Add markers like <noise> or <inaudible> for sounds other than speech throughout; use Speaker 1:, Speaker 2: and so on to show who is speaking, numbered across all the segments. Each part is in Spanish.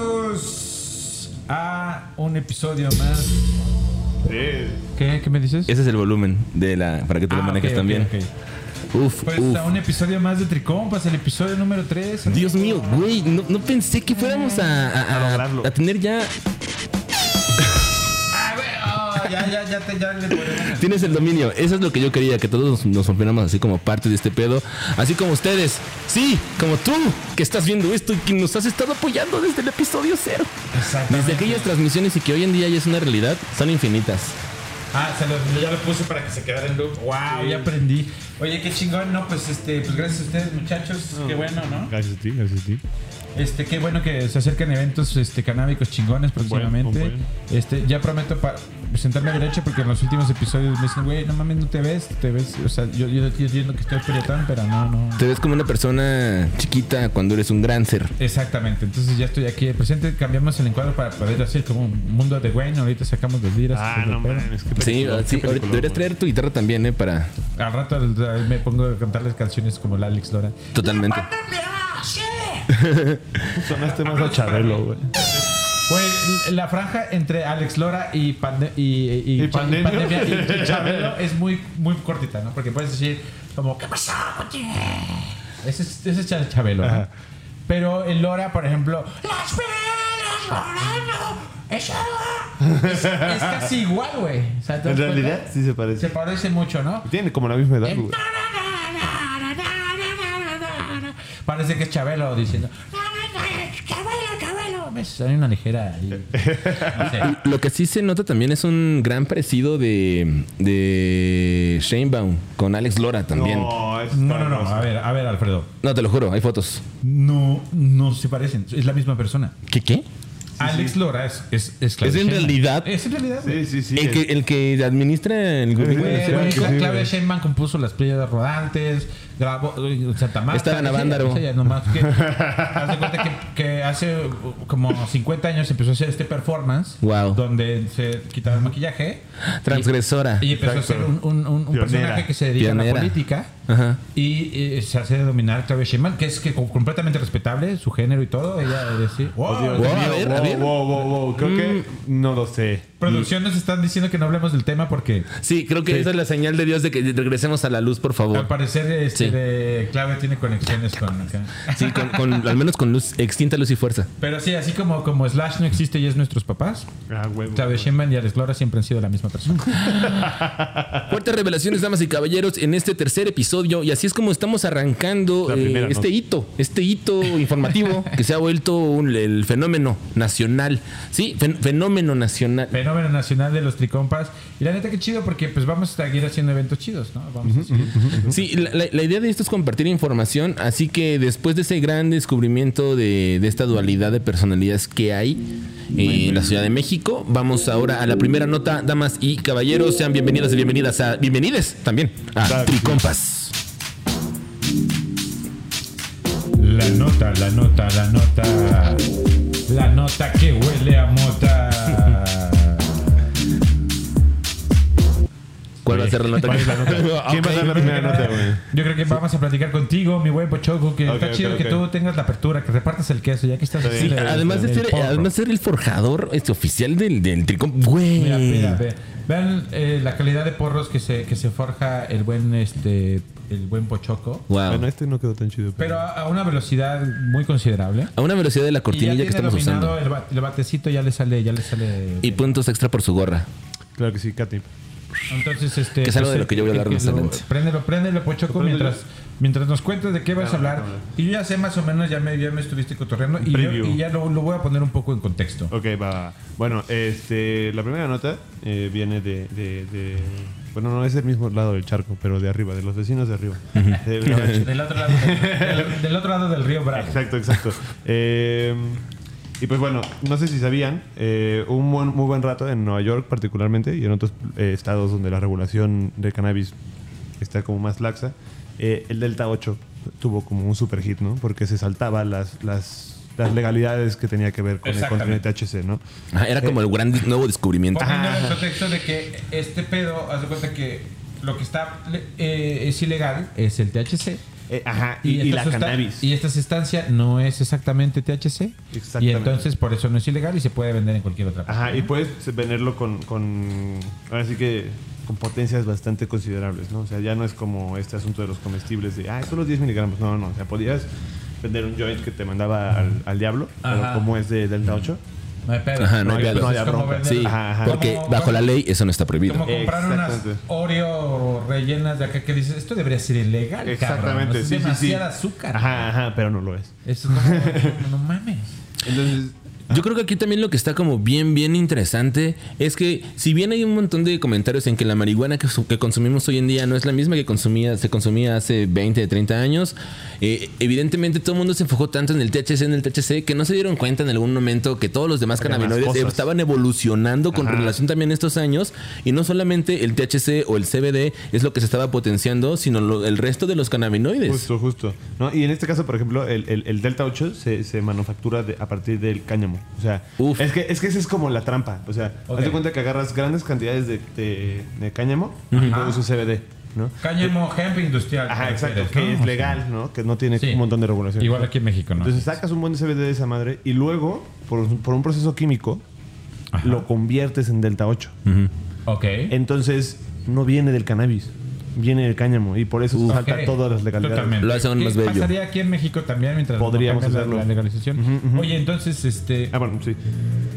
Speaker 1: Bienvenidos a un episodio más. ¿Qué? ¿Qué me dices?
Speaker 2: Ese es el volumen de la para que tú lo
Speaker 1: Ah,
Speaker 2: manejes
Speaker 1: ok, ok,
Speaker 2: también.
Speaker 1: ok.
Speaker 2: Uf,
Speaker 1: Pues
Speaker 2: uf.
Speaker 1: a un episodio más de Tricompas, el episodio número 3.
Speaker 2: Dios mío, güey, no, no pensé que fuéramos a, a- a-
Speaker 3: A lograrlo.
Speaker 2: a tener ya.
Speaker 1: Ah, ya, ya, ya, te, ya le podemos-
Speaker 2: Tienes el dominio. Eso es lo que yo quería, que todos nos, nos volviéramos así como parte de este pedo. Así como ustedes. Sí, como tú, que estás viendo esto y que nos has estado apoyando desde el episodio cero. Desde
Speaker 1: Exactamente.
Speaker 2: aquellas transmisiones y que hoy en día ya es una realidad, son infinitas.
Speaker 1: Ah, se lo- ya lo puse para que se quedara en loop. Wow, ya aprendí. Oye, qué chingón, ¿no? Pues este, pues gracias a ustedes, muchachos. Qué bueno, ¿no?
Speaker 3: Gracias a ti, gracias a ti.
Speaker 1: Este, qué bueno que se acercan eventos este, canábicos chingones próximamente.
Speaker 3: un buen.
Speaker 1: Este, ya prometo pa- sentarme derecho porque en los últimos episodios me dicen, güey, no mames, no te ves, te ves. O sea, yo, yo, yo entiendo que estoy prietán, pero no, no.
Speaker 2: Te ves como una persona chiquita cuando eres un gran ser.
Speaker 1: Exactamente, entonces ya estoy aquí presente, cambiamos el encuadro para poder hacer como un mundo de Wayne, ahorita sacamos las liras.
Speaker 3: Ah,
Speaker 1: todo
Speaker 3: no
Speaker 1: el pedo.
Speaker 3: mames, qué
Speaker 2: Sí, ah,
Speaker 3: peliculón,
Speaker 2: sí,
Speaker 3: qué
Speaker 2: ahorita
Speaker 3: peliculón,
Speaker 2: deberías
Speaker 3: güey.
Speaker 2: traer tu guitarra también, ¿eh? Para.
Speaker 1: Al rato eh, me pongo a cantarles canciones como la Alex Lora.
Speaker 2: Totalmente.
Speaker 3: Sonaste más a Chabelo, güey.
Speaker 1: Güey, la franja entre Alex Lora y, Pande- y, y-
Speaker 3: Y Pandemia.
Speaker 1: Pandemia
Speaker 3: <laughs>
Speaker 1: y- y Chabelo es muy, muy cortita, ¿no? Porque puedes decir como, ¿qué pasó, oye? Ese es, ese es Cha- Chabelo, ¿no? Pero el Lora, por ejemplo, las velas volando, es agua". Es- es casi igual, güey. O sea, ¿te das
Speaker 3: En
Speaker 1: cuenta?
Speaker 3: realidad, sí se
Speaker 1: Se
Speaker 3: parece.
Speaker 1: parece mucho, ¿no?
Speaker 3: Tiene como la misma
Speaker 2: ¿Eh?
Speaker 3: edad, güey.
Speaker 1: Parece que es Chabelo diciendo,
Speaker 4: Cabello, cabello.
Speaker 1: ¿ves? Hay una ligera
Speaker 3: <laughs>
Speaker 1: ahí. No sé.
Speaker 2: Lo que sí se nota también es un gran parecido de, de Shanebaum con Alex Lora también. No.
Speaker 3: No, eso
Speaker 1: No,
Speaker 3: está
Speaker 1: no, no.
Speaker 3: hermoso.
Speaker 1: A ver, a ver, Alfredo.
Speaker 2: te lo juro, hay fotos.
Speaker 1: No, no se parecen. Es la misma persona.
Speaker 2: ¿Qué qué?
Speaker 1: Alex Lora es, es, es
Speaker 2: ¿Es en
Speaker 1: Sheinbaum.
Speaker 2: realidad?
Speaker 1: Es en realidad. güey.
Speaker 3: Sí, sí, sí.
Speaker 2: el, que, el que administra el gobierno.
Speaker 1: Güey,
Speaker 3: sí,
Speaker 1: güey,
Speaker 3: sí,
Speaker 1: Cla-
Speaker 3: sí,
Speaker 1: Claudia
Speaker 3: güey.
Speaker 1: Sheinbaum compuso las playas rodantes, grabó eh, Santa Marta.
Speaker 2: Estaba en
Speaker 1: esa ya-
Speaker 2: Avándaro.
Speaker 1: esa ya nomás
Speaker 3: <laughs>
Speaker 1: que- haz de cuenta que, que hace uh, como 50 años empezó a hacer este performance
Speaker 2: Wow.
Speaker 1: donde se quitaba el maquillaje
Speaker 2: Transgresora.
Speaker 1: y empezó a ser
Speaker 3: Exacto.
Speaker 1: un, un- un- un
Speaker 3: Pionera.
Speaker 1: personaje que se dedica a la
Speaker 2: Pionera.
Speaker 1: política.
Speaker 2: Ajá.
Speaker 1: Y eh, se hace dominar Claudia Sheinbaum, que es que como completamente respetable su género y todo. Ella decir, wow,
Speaker 3: Dios
Speaker 2: Wow,
Speaker 3: mío,
Speaker 2: a ver, a
Speaker 3: wow,
Speaker 2: ver. Mm.
Speaker 3: wow, wow, wow. Creo que no lo sé.
Speaker 1: producción nos están diciendo que no hablemos del tema porque
Speaker 2: Sí, creo que esa es la señal de Dios de que regresemos a la luz, por
Speaker 1: al
Speaker 2: favor.
Speaker 1: parecer este,
Speaker 2: Sí.
Speaker 1: de Clave tiene conexiones con acá.
Speaker 2: Sí, con, con- al menos con luz, extinta luz y fuerza.
Speaker 1: Pero sí, así como, como Slash no existe y es nuestros papás,
Speaker 3: Ah, huevo.
Speaker 1: Clave Sheinbaum y Alex Lora siempre han sido la misma
Speaker 2: <laughs>
Speaker 1: persona.
Speaker 2: Fuertes revelaciones, damas y caballeros, en este tercer episodio. Y así es como estamos arrancando
Speaker 3: La
Speaker 2: eh,
Speaker 3: primera, ¿no?
Speaker 2: este hito, este hito informativo que se ha vuelto un- el fenómeno nacional. Sí, fen- fenómeno nacional.
Speaker 1: Fenómeno nacional de los tricompas. Y la neta que chido porque pues vamos a seguir haciendo eventos chidos, ¿no? Vamos a seguir-
Speaker 2: Sí, la, la- la idea de esto es compartir información, así que después de ese gran descubrimiento de, de esta dualidad de personalidades que hay eh, en la Ciudad de México, vamos ahora a la primera nota, damas y caballeros, sean bienvenidos y bienvenidas a... Bienvenides también a
Speaker 3: Claro.
Speaker 2: Tricompas.
Speaker 1: La nota, la nota, la nota. La nota que huele a
Speaker 3: <laughs>
Speaker 1: mota.
Speaker 2: ¿Cuál va a ser la nota?
Speaker 3: ¿Cuál es la nota? ¿Quién va
Speaker 2: <laughs>
Speaker 3: a
Speaker 2: Ok.
Speaker 3: ser la primera nota, güey?
Speaker 1: Yo creo que vamos a platicar contigo, mi buen Pochoco, que
Speaker 3: Ok,
Speaker 1: está
Speaker 3: ok,
Speaker 1: chido
Speaker 3: ok.
Speaker 1: que tú tengas la apertura, que repartas el queso, ya que estás
Speaker 3: Está
Speaker 1: así
Speaker 3: bien.
Speaker 1: de-
Speaker 2: Además de
Speaker 1: del
Speaker 2: ser,
Speaker 1: porro.
Speaker 2: además de ser el forjador este, oficial del, del Tricom. Güey.
Speaker 1: Mira, mira, ve. Vean eh, la calidad de porros que se, que se forja el buen este el buen Pochoco,
Speaker 2: Wow.
Speaker 3: Bueno, este no quedó tan chido.
Speaker 1: pero a, a una velocidad muy considerable.
Speaker 2: A una velocidad de la
Speaker 1: Y ya
Speaker 2: cortinilla
Speaker 1: tiene
Speaker 2: que estamos
Speaker 1: dominado
Speaker 2: usando.
Speaker 1: el, ba- el batecito ya le sale, ya le sale.
Speaker 2: Y puntos extra por su gorra.
Speaker 3: Claro que sí, Katy.
Speaker 1: Entonces, este.
Speaker 2: Que es algo de
Speaker 1: pues,
Speaker 2: lo que yo voy a
Speaker 1: eh,
Speaker 2: hablar
Speaker 1: que
Speaker 2: más
Speaker 1: lo-
Speaker 2: adelante.
Speaker 1: Préndelo, préndelo, Pochoco,
Speaker 3: prendo
Speaker 1: mientras, mientras nos cuentes de qué vas a hablar. Y yo ya sé más o menos, ya me, ya me estuviste cotorreando. Y, yo-
Speaker 3: Preview.
Speaker 1: y ya lo, lo voy a poner un poco en contexto.
Speaker 3: Ok, va, va. Bueno, este, la primera nota eh, viene de, de- de- Bueno, no es el mismo lado del charco, pero de arriba, de los vecinos de arriba. De Gabacho.
Speaker 1: Del otro lado del, del otro lado del río Bravo.
Speaker 3: Exacto, exacto. Eh, y pues bueno, no sé si sabían, eh, un buen- muy buen rato en Nueva York particularmente y en otros eh, estados donde la regulación de cannabis está como más laxa, eh, el Delta 8 tuvo como un super hit, ¿no? Porque se saltaba las, las, las legalidades que tenía que ver con el contenido de
Speaker 1: Exactamente.
Speaker 3: THC, ¿no?
Speaker 2: Ajá, era como el gran nuevo descubrimiento.
Speaker 1: Poniendo en el contexto de que este pedo, haz de cuenta que lo que está eh, es ilegal, es el THC.
Speaker 3: Eh, ajá, y, y la
Speaker 1: esta sustan-
Speaker 3: cannabis.
Speaker 1: Y esta sustancia no es exactamente THC.
Speaker 3: Exactamente.
Speaker 1: Y entonces por eso no es ilegal y se puede vender en cualquier otra parte.
Speaker 3: Ajá, y puedes venderlo con, con. Ahora sí que con potencias bastante considerables, ¿no? O sea, ya no es como este asunto de los comestibles de, ah, solo 10 miligramos. No, no, o sea, podías vender un joint que te mandaba al, al diablo, pero
Speaker 1: Ajá.
Speaker 3: como es de Delta 8.
Speaker 1: No hay pedo.
Speaker 2: Ajá, no hay
Speaker 1: Entonces,
Speaker 2: pedo. No
Speaker 3: había
Speaker 1: ¿cómo
Speaker 3: bronca.
Speaker 1: vender?
Speaker 2: Sí,
Speaker 3: Ajá, ajá.
Speaker 2: porque
Speaker 1: Como-
Speaker 2: bajo la ley eso no está prohibido.
Speaker 1: Como comprar unas
Speaker 3: Exactamente.
Speaker 1: Oreo rellenas de acá que dices, esto debería ser ilegal. cabrón.
Speaker 3: Exactamente,
Speaker 1: Es
Speaker 3: sí, sí, sí.
Speaker 1: demasiada azúcar.
Speaker 3: Ajá, ajá, pero no lo es.
Speaker 1: Eso es como, no mames.
Speaker 3: Entonces,
Speaker 2: Yo creo que aquí también lo que está como bien, bien interesante es que si bien hay un montón de comentarios en que la marihuana que, su- que consumimos hoy en día no es la misma que consumía, se consumía hace 20, 30 años, eh, evidentemente todo el mundo se enfocó tanto en el THC, en el THC, que no se dieron cuenta en algún momento que todos los demás
Speaker 3: Había más
Speaker 2: cannabinoides
Speaker 3: cosas.
Speaker 2: estaban evolucionando con
Speaker 3: Ajá.
Speaker 2: relación también a estos años y no solamente el THC o el CBD es lo que se estaba potenciando, sino lo- el resto de los cannabinoides.
Speaker 3: justo, justo. ¿no? Y en este caso, por ejemplo, el, el- el Delta 8 se, se manufactura de- a partir del cáñamo. O sea,
Speaker 2: Uf.
Speaker 3: es que, es que esa es como la trampa. O sea,
Speaker 1: Ok.
Speaker 3: haz de cuenta que agarras grandes cantidades de, de- de cáñamo y luego es un CBD, ¿no?
Speaker 1: Cáñamo hemp industrial.
Speaker 3: Ajá,
Speaker 1: ¿te
Speaker 3: exacto.
Speaker 1: refieres,
Speaker 3: Que
Speaker 1: no?
Speaker 3: es legal, ¿no? Que no tiene
Speaker 1: Ah, Sí.
Speaker 3: un montón de regulaciones.
Speaker 1: Igual aquí en México, ¿no?
Speaker 3: Entonces sacas un buen CBD de esa madre y luego, por, un- por un proceso químico,
Speaker 1: Ajá.
Speaker 3: lo conviertes en Delta 8.
Speaker 1: ok.
Speaker 3: Entonces, no viene del cannabis, viene del cáñamo. Y por eso faltan
Speaker 1: Ok.
Speaker 3: todas las legalidades.
Speaker 1: Totalmente.
Speaker 2: Lo hace aún
Speaker 1: ¿Qué
Speaker 2: más bello.
Speaker 1: pasaría aquí en México también mientras no
Speaker 3: Podríamos
Speaker 1: tengan la-
Speaker 3: hacerlo.
Speaker 1: la legalización? Oye, entonces, este...
Speaker 3: Ah, bueno, sí.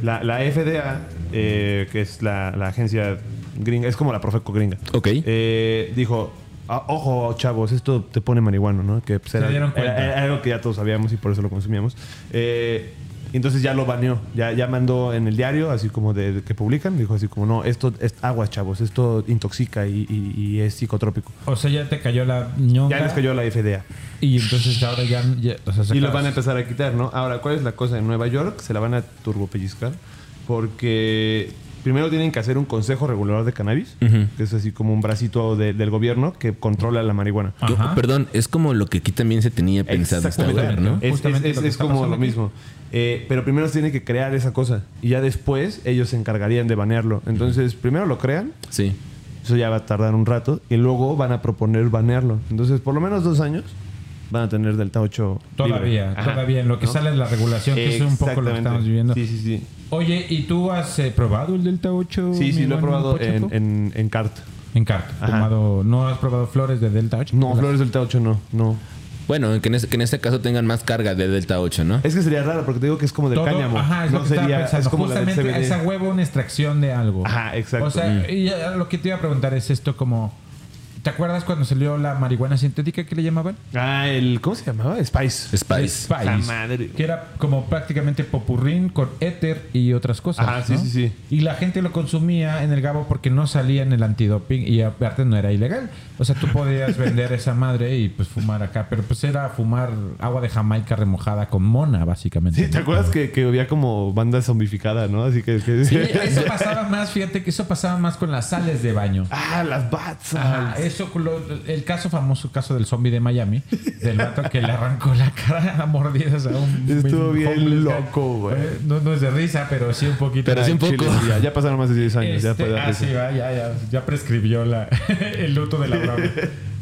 Speaker 3: La, la FDA, eh, que es la, la agencia gringa, es como la Profeco gringa.
Speaker 2: Ok.
Speaker 3: Eh, dijo, "Ah, ojo, chavos, esto te pone marihuano, ¿no? Que pues, era,
Speaker 1: dieron cuenta.
Speaker 3: era- era algo que ya todos sabíamos y por eso lo consumíamos. Eh, y entonces ya lo baneó, ya, ya mandó en el diario, así como de, de que publican, dijo así como, no, esto es agua, chavos, esto intoxica y, y- y es psicotrópico.
Speaker 1: O sea, ya te cayó la ñonga.
Speaker 3: Ya les cayó la FDA.
Speaker 1: Y entonces ahora ya... ya- o sea, se
Speaker 3: Y lo
Speaker 1: acabó.
Speaker 3: van a empezar a quitar, ¿no? Ahora, ¿cuál es la cosa? En Nueva York se la van a turbopellizcar porque primero tienen que hacer un consejo regulador de cannabis, que es así como un bracito de- del gobierno que controla la marihuana.
Speaker 2: Yo-
Speaker 1: Ajá.
Speaker 2: perdón, es como lo que aquí también se tenía pensado esta
Speaker 3: Exactamente.
Speaker 2: web, ¿no?
Speaker 3: Es- Es,
Speaker 1: Justamente
Speaker 3: es-
Speaker 1: lo que
Speaker 3: es
Speaker 1: está
Speaker 3: como
Speaker 1: pasando
Speaker 3: lo
Speaker 1: aquí.
Speaker 3: mismo. Eh, pero primero se tiene que crear esa cosa y ya después ellos se encargarían de banearlo. Entonces, primero lo crean,
Speaker 2: Sí.
Speaker 3: eso ya va a tardar un rato, y luego van a proponer banearlo. Entonces, por lo menos dos años van a tener Delta 8 libre.
Speaker 1: Todavía,
Speaker 3: Ajá.
Speaker 1: todavía. En lo que
Speaker 3: ¿No?
Speaker 1: sale es la regulación, que es un poco lo que
Speaker 3: Exactamente.
Speaker 1: estamos viviendo.
Speaker 3: Sí, sí, sí.
Speaker 1: Oye, ¿y tú has eh, probado el Delta 8?
Speaker 3: Sí, sí,
Speaker 1: mi
Speaker 3: lo
Speaker 1: buen
Speaker 3: he probado en,
Speaker 1: Pochapo?
Speaker 3: en, en cart.
Speaker 1: En carta.
Speaker 3: Ajá.
Speaker 1: Tomado- ¿No has probado flores de Delta 8?
Speaker 3: No, Flores del T8 no, no.
Speaker 2: Bueno, que en, este, que en este caso tengan más carga de Delta 8, ¿no?
Speaker 3: Es que sería raro porque te digo que es como del
Speaker 1: Todo-
Speaker 3: cáñamo.
Speaker 1: Ajá, es
Speaker 3: no
Speaker 1: lo que
Speaker 3: sería,
Speaker 1: estaba pensando.
Speaker 3: es como la del
Speaker 1: Justamente
Speaker 3: CBD.
Speaker 1: esa huevo una extracción de algo.
Speaker 3: Ajá, exacto. Mm.
Speaker 1: O sea, y ya lo que te iba a preguntar es esto como... ¿Te acuerdas cuando salió la marihuana sintética que le llamaban?
Speaker 3: Ah, el ¿cómo se llamaba? Spice.
Speaker 2: Spice.
Speaker 1: Spice.
Speaker 3: La madre.
Speaker 1: Que era como prácticamente popurrín con éter y otras cosas.
Speaker 3: Ajá, sí,
Speaker 1: ¿no?
Speaker 3: sí, sí.
Speaker 1: Y la gente lo consumía en el Gabo porque no salía en el antidoping y aparte no era ilegal. O sea, tú
Speaker 3: <laughs>
Speaker 1: podías vender esa madre y pues fumar acá. Pero pues era fumar agua de Jamaica remojada con mona, básicamente.
Speaker 3: Sí, ¿te acuerdas que, que había como banda zombificada, no? Así que... que- <laughs>
Speaker 1: Sí, eso pasaba más, fíjate que eso pasaba más con las sales de baño.
Speaker 3: ah, las bats.
Speaker 1: Ajá, Ah, eso lo- el caso famoso caso del zombie de Miami, del vato que le arrancó la cara a mordidas a un
Speaker 3: Estuvo
Speaker 1: un
Speaker 3: bien
Speaker 1: homeless guy.
Speaker 3: loco, güey.
Speaker 1: Eh, No, no es de risa, pero sí un poquito.
Speaker 2: Pero sí un poco.
Speaker 3: ya, ya pasaron más de 10 años. ya
Speaker 1: Este,
Speaker 3: puede dar
Speaker 1: ah, sí,
Speaker 3: risa.
Speaker 1: va, ya, ya, ya prescribió la, <laughs> el luto de la broma.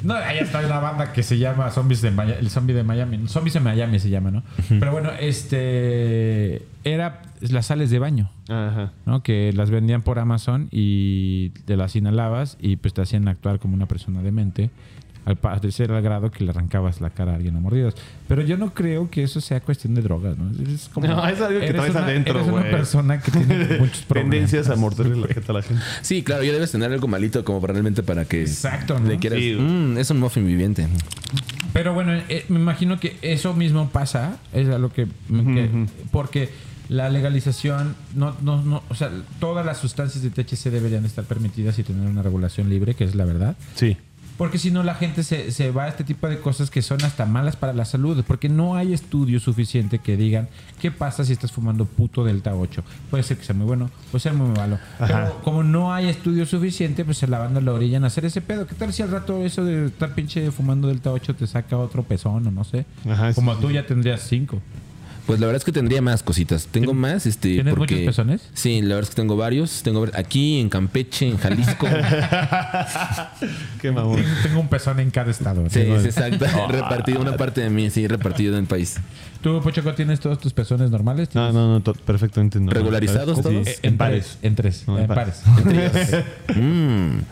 Speaker 1: No, ahí está una banda que se llama Zombies de Miami, el zombie de Miami, Zombies de Miami se llama, ¿no? Pero bueno, este era las sales de baño.
Speaker 3: Ajá.
Speaker 1: ¿no? Que las vendían por Amazon y te las inhalabas y pues te hacían actuar como una persona demente. Al parecer al grado que le arrancabas la cara a alguien a mordidas. Pero yo no creo que eso sea cuestión de drogas, ¿no? Es como-
Speaker 3: No, es algo que
Speaker 1: eres
Speaker 3: traes
Speaker 1: una-
Speaker 3: adentro,
Speaker 1: Eres una
Speaker 3: güey.
Speaker 1: persona que
Speaker 3: <laughs>
Speaker 1: tiene muchos problemas.
Speaker 3: Tendencias a morderle la jeta a la gente.
Speaker 2: Sí, claro, ya debes tener algo malito como para realmente para que
Speaker 1: Exacto, ¿no?
Speaker 2: le quieras.
Speaker 3: Sí.
Speaker 2: Mm, es un muffin viviente.
Speaker 1: Pero bueno, eh, me imagino que eso mismo pasa, es a lo que, que- porque la legalización, no, no, no, o sea, todas las sustancias de THC deberían estar permitidas y tener una regulación libre, que es la verdad.
Speaker 3: Sí.
Speaker 1: Porque si no, la gente se, se va a este tipo de cosas que son hasta malas para la salud. Porque no hay estudio suficiente que digan qué pasa si estás fumando puto Delta 8. Puede ser que sea muy bueno, puede ser muy malo. Pero como no hay estudio suficiente, pues se la banda la orillan a hacer ese pedo. ¿Qué tal si al rato eso de estar pinche fumando Delta 8 te saca otro pezón o no sé?
Speaker 3: Ajá, sí,
Speaker 1: como
Speaker 3: sí,
Speaker 1: tú ya tendrías cinco.
Speaker 2: Pues la verdad es que tendría más cositas. Tengo más, este.
Speaker 5: ¿Tienes
Speaker 2: porque-
Speaker 5: muchos pezones?
Speaker 2: Sí, la verdad es que tengo varios. Tengo varios aquí, en Campeche, en Jalisco.
Speaker 3: Qué mamón.
Speaker 1: Tengo un pezón en cada estado.
Speaker 2: sí,
Speaker 1: Tengo-
Speaker 2: es exacto. repartido, una parte de mí, sí, repartido en el país.
Speaker 1: ¿Tú, Pochoco, tienes todos tus pezones normales? Eh,
Speaker 3: No, no, no, to- perfectamente no.
Speaker 2: ¿Regularizados
Speaker 3: Sí,
Speaker 2: todos?
Speaker 3: en, pares.
Speaker 1: En tres.
Speaker 3: No, <laughs> en
Speaker 1: en
Speaker 3: pares.
Speaker 1: pares.
Speaker 2: Mm.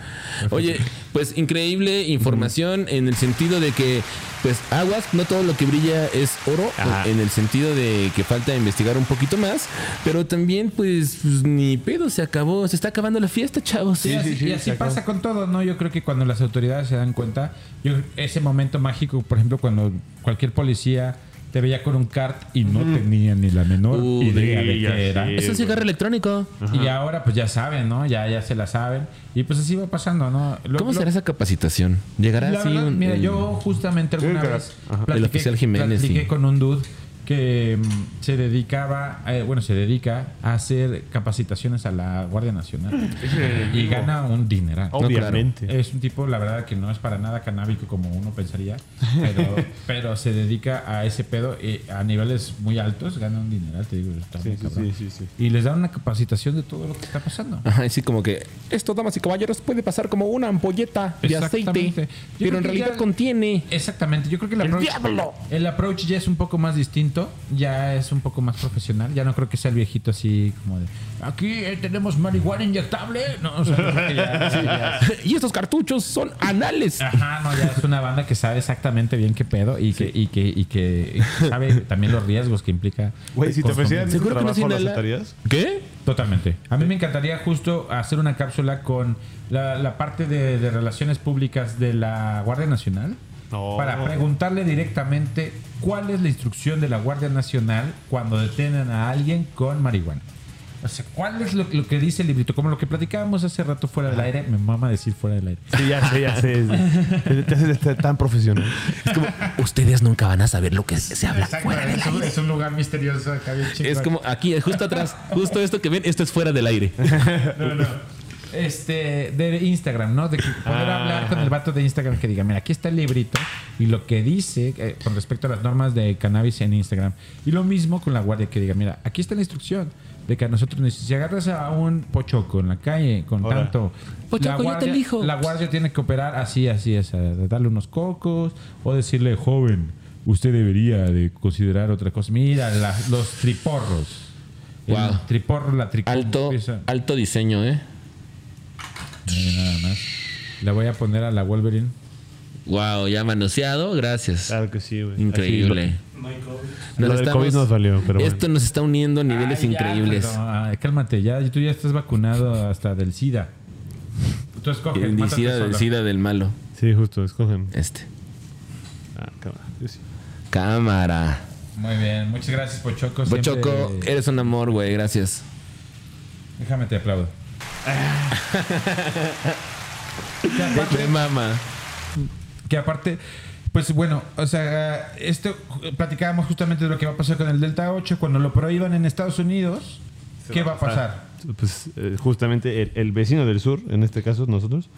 Speaker 2: Oye, pues increíble información en el sentido de que, pues aguas, no todo lo que brilla es oro,
Speaker 3: Ajá.
Speaker 2: en el sentido de que falta investigar un poquito más, pero también, pues, pues, ni pedo, se acabó, se está acabando la fiesta, chavos.
Speaker 1: Sí, así-
Speaker 3: sí, sí,
Speaker 1: y así
Speaker 3: se acabó.
Speaker 1: pasa con todo, ¿no? Yo creo que cuando las autoridades se dan cuenta, yo ese momento mágico, por ejemplo, cuando cualquier policía te veía con un cart y no tenía ni la menor
Speaker 2: Uh,
Speaker 1: idea de
Speaker 3: sí, ya
Speaker 1: qué era.
Speaker 3: sé.
Speaker 2: Es un cigarro electrónico.
Speaker 1: Y ahora pues ya saben, ¿no? Ya, ya se la saben. Y pues así va pasando, ¿no? Lo-
Speaker 2: ¿Cómo
Speaker 1: lo-
Speaker 2: será esa capacitación? ¿Llegará
Speaker 1: la
Speaker 2: así
Speaker 1: verdad,
Speaker 2: un-
Speaker 1: mira,
Speaker 2: el-
Speaker 1: yo justamente alguna
Speaker 3: claro.
Speaker 1: vez
Speaker 3: Ajá.
Speaker 2: El oficial Jiménez,
Speaker 1: platiqué
Speaker 2: sí.
Speaker 1: con un dude que mm, se dedicaba, eh, bueno, se dedica a hacer capacitaciones a la Guardia Nacional y gana un dineral.
Speaker 2: claro.
Speaker 3: Obviamente.
Speaker 1: Es un tipo, la verdad, que no es para nada canábico como uno pensaría,
Speaker 2: <laughs>
Speaker 1: pero, pero se dedica a ese pedo y a niveles muy altos, gana un dineral, te digo, está muy
Speaker 3: sí,
Speaker 1: cabrón.
Speaker 3: sí, sí, sí.
Speaker 1: Y les dan una capacitación de todo lo que está pasando.
Speaker 2: Ajá, así como que esto, damas y caballeros, puede pasar como una ampolleta de aceite,
Speaker 1: Exactamente. Yo
Speaker 2: pero
Speaker 1: creo
Speaker 2: en
Speaker 1: que
Speaker 2: realidad
Speaker 1: ya-
Speaker 2: contiene
Speaker 1: Exactamente, yo creo que el
Speaker 2: ¡El
Speaker 1: approach,
Speaker 2: diablo!
Speaker 1: el approach ya es un poco más distinto, ya es un poco más profesional, ya no creo que sea el viejito así como de aquí eh, tenemos marihuana inyectable, no, o sea, yo creo que ya- ya-
Speaker 2: <laughs>
Speaker 1: Ah,
Speaker 2: y estos cartuchos son anales.
Speaker 1: Ajá, no, ya es una banda que sabe exactamente bien qué pedo y que, y que, y que sabe también los riesgos que implica. pues,
Speaker 3: Güey, si te
Speaker 1: consumir.
Speaker 3: ofrecieran ese
Speaker 2: ¿Seguro que no
Speaker 3: trabajo, ¿lo
Speaker 2: señala?
Speaker 3: aceptarías?
Speaker 2: ¿Qué?
Speaker 1: Totalmente. A mí me encantaría justo hacer una cápsula con la, la parte de, de relaciones públicas de la Guardia Nacional
Speaker 3: No.
Speaker 1: para preguntarle directamente cuál es la instrucción de la Guardia Nacional cuando detienen a alguien con marihuana. O sea, ¿cuál es lo, lo que dice el librito? Como lo que platicábamos hace rato fuera del aire, me mama decir fuera del aire.
Speaker 3: Sí, ya sé, ya
Speaker 2: <laughs>
Speaker 3: sé. Te- Te haces estar tan profesional.
Speaker 2: Es como, ustedes nunca van a saber lo que se habla
Speaker 1: Exacto,
Speaker 2: fuera del
Speaker 1: es, un, es un lugar misterioso acá bien chido.
Speaker 2: Es como aquí, justo atrás, justo esto que ven, esto es fuera del aire.
Speaker 1: No, no. Este, de Instagram, ¿no? De que poder
Speaker 3: Ah.
Speaker 1: hablar con el vato de Instagram que diga, mira, aquí está el librito y lo que dice eh, con respecto a las normas de cannabis en Instagram. Y lo mismo con la guardia que diga, mira, aquí está la instrucción de que a nosotros, nos- si agarras a un pochoco en la calle con
Speaker 3: Ahora.
Speaker 1: tanto...
Speaker 2: Pochoco,
Speaker 1: la
Speaker 2: yo te
Speaker 1: guardia-
Speaker 2: elijo.
Speaker 1: La guardia tiene que operar así, así, es darle unos cocos o decirle, joven, usted debería de considerar otra cosa. Mira, la- los triporros. El
Speaker 2: Wow.
Speaker 1: triporro, la tricoma.
Speaker 2: Alto,
Speaker 1: Esa-
Speaker 2: alto diseño, ¿eh?
Speaker 1: Mira, nada más. La voy a poner a la Wolverine.
Speaker 2: Wow, ya manoseado, gracias.
Speaker 3: Claro que sí, güey.
Speaker 2: Increíble.
Speaker 3: Lo del COVID nos valió, pero bueno. Ah,
Speaker 2: Esto nos está uniendo a niveles
Speaker 1: Ay, ya,
Speaker 2: increíbles.
Speaker 1: pero, ah, ay, cálmate, ya, tú ya estás vacunado hasta del SIDA. Tú escoges.
Speaker 2: El
Speaker 1: mátate
Speaker 2: sida del
Speaker 1: solo.
Speaker 2: sida del malo.
Speaker 3: Sí, justo, escogen.
Speaker 2: Este.
Speaker 3: Ah, cámara. Yo sí.
Speaker 2: Cámara.
Speaker 1: Muy bien, muchas gracias, Pochoco. siempre-
Speaker 2: Pochoco, eres un amor, güey, gracias.
Speaker 1: Déjame te aplaudo.
Speaker 2: <laughs>
Speaker 1: Que
Speaker 2: Me
Speaker 1: aparte-
Speaker 2: mama.
Speaker 1: que aparte, pues bueno, o sea, esto eh, platicábamos justamente de lo que va a pasar con el Delta 8. Cuando lo prohíban en Estados Unidos, ¿qué va a pasar?
Speaker 3: Pues eh, justamente el, el vecino del sur, en este caso nosotros,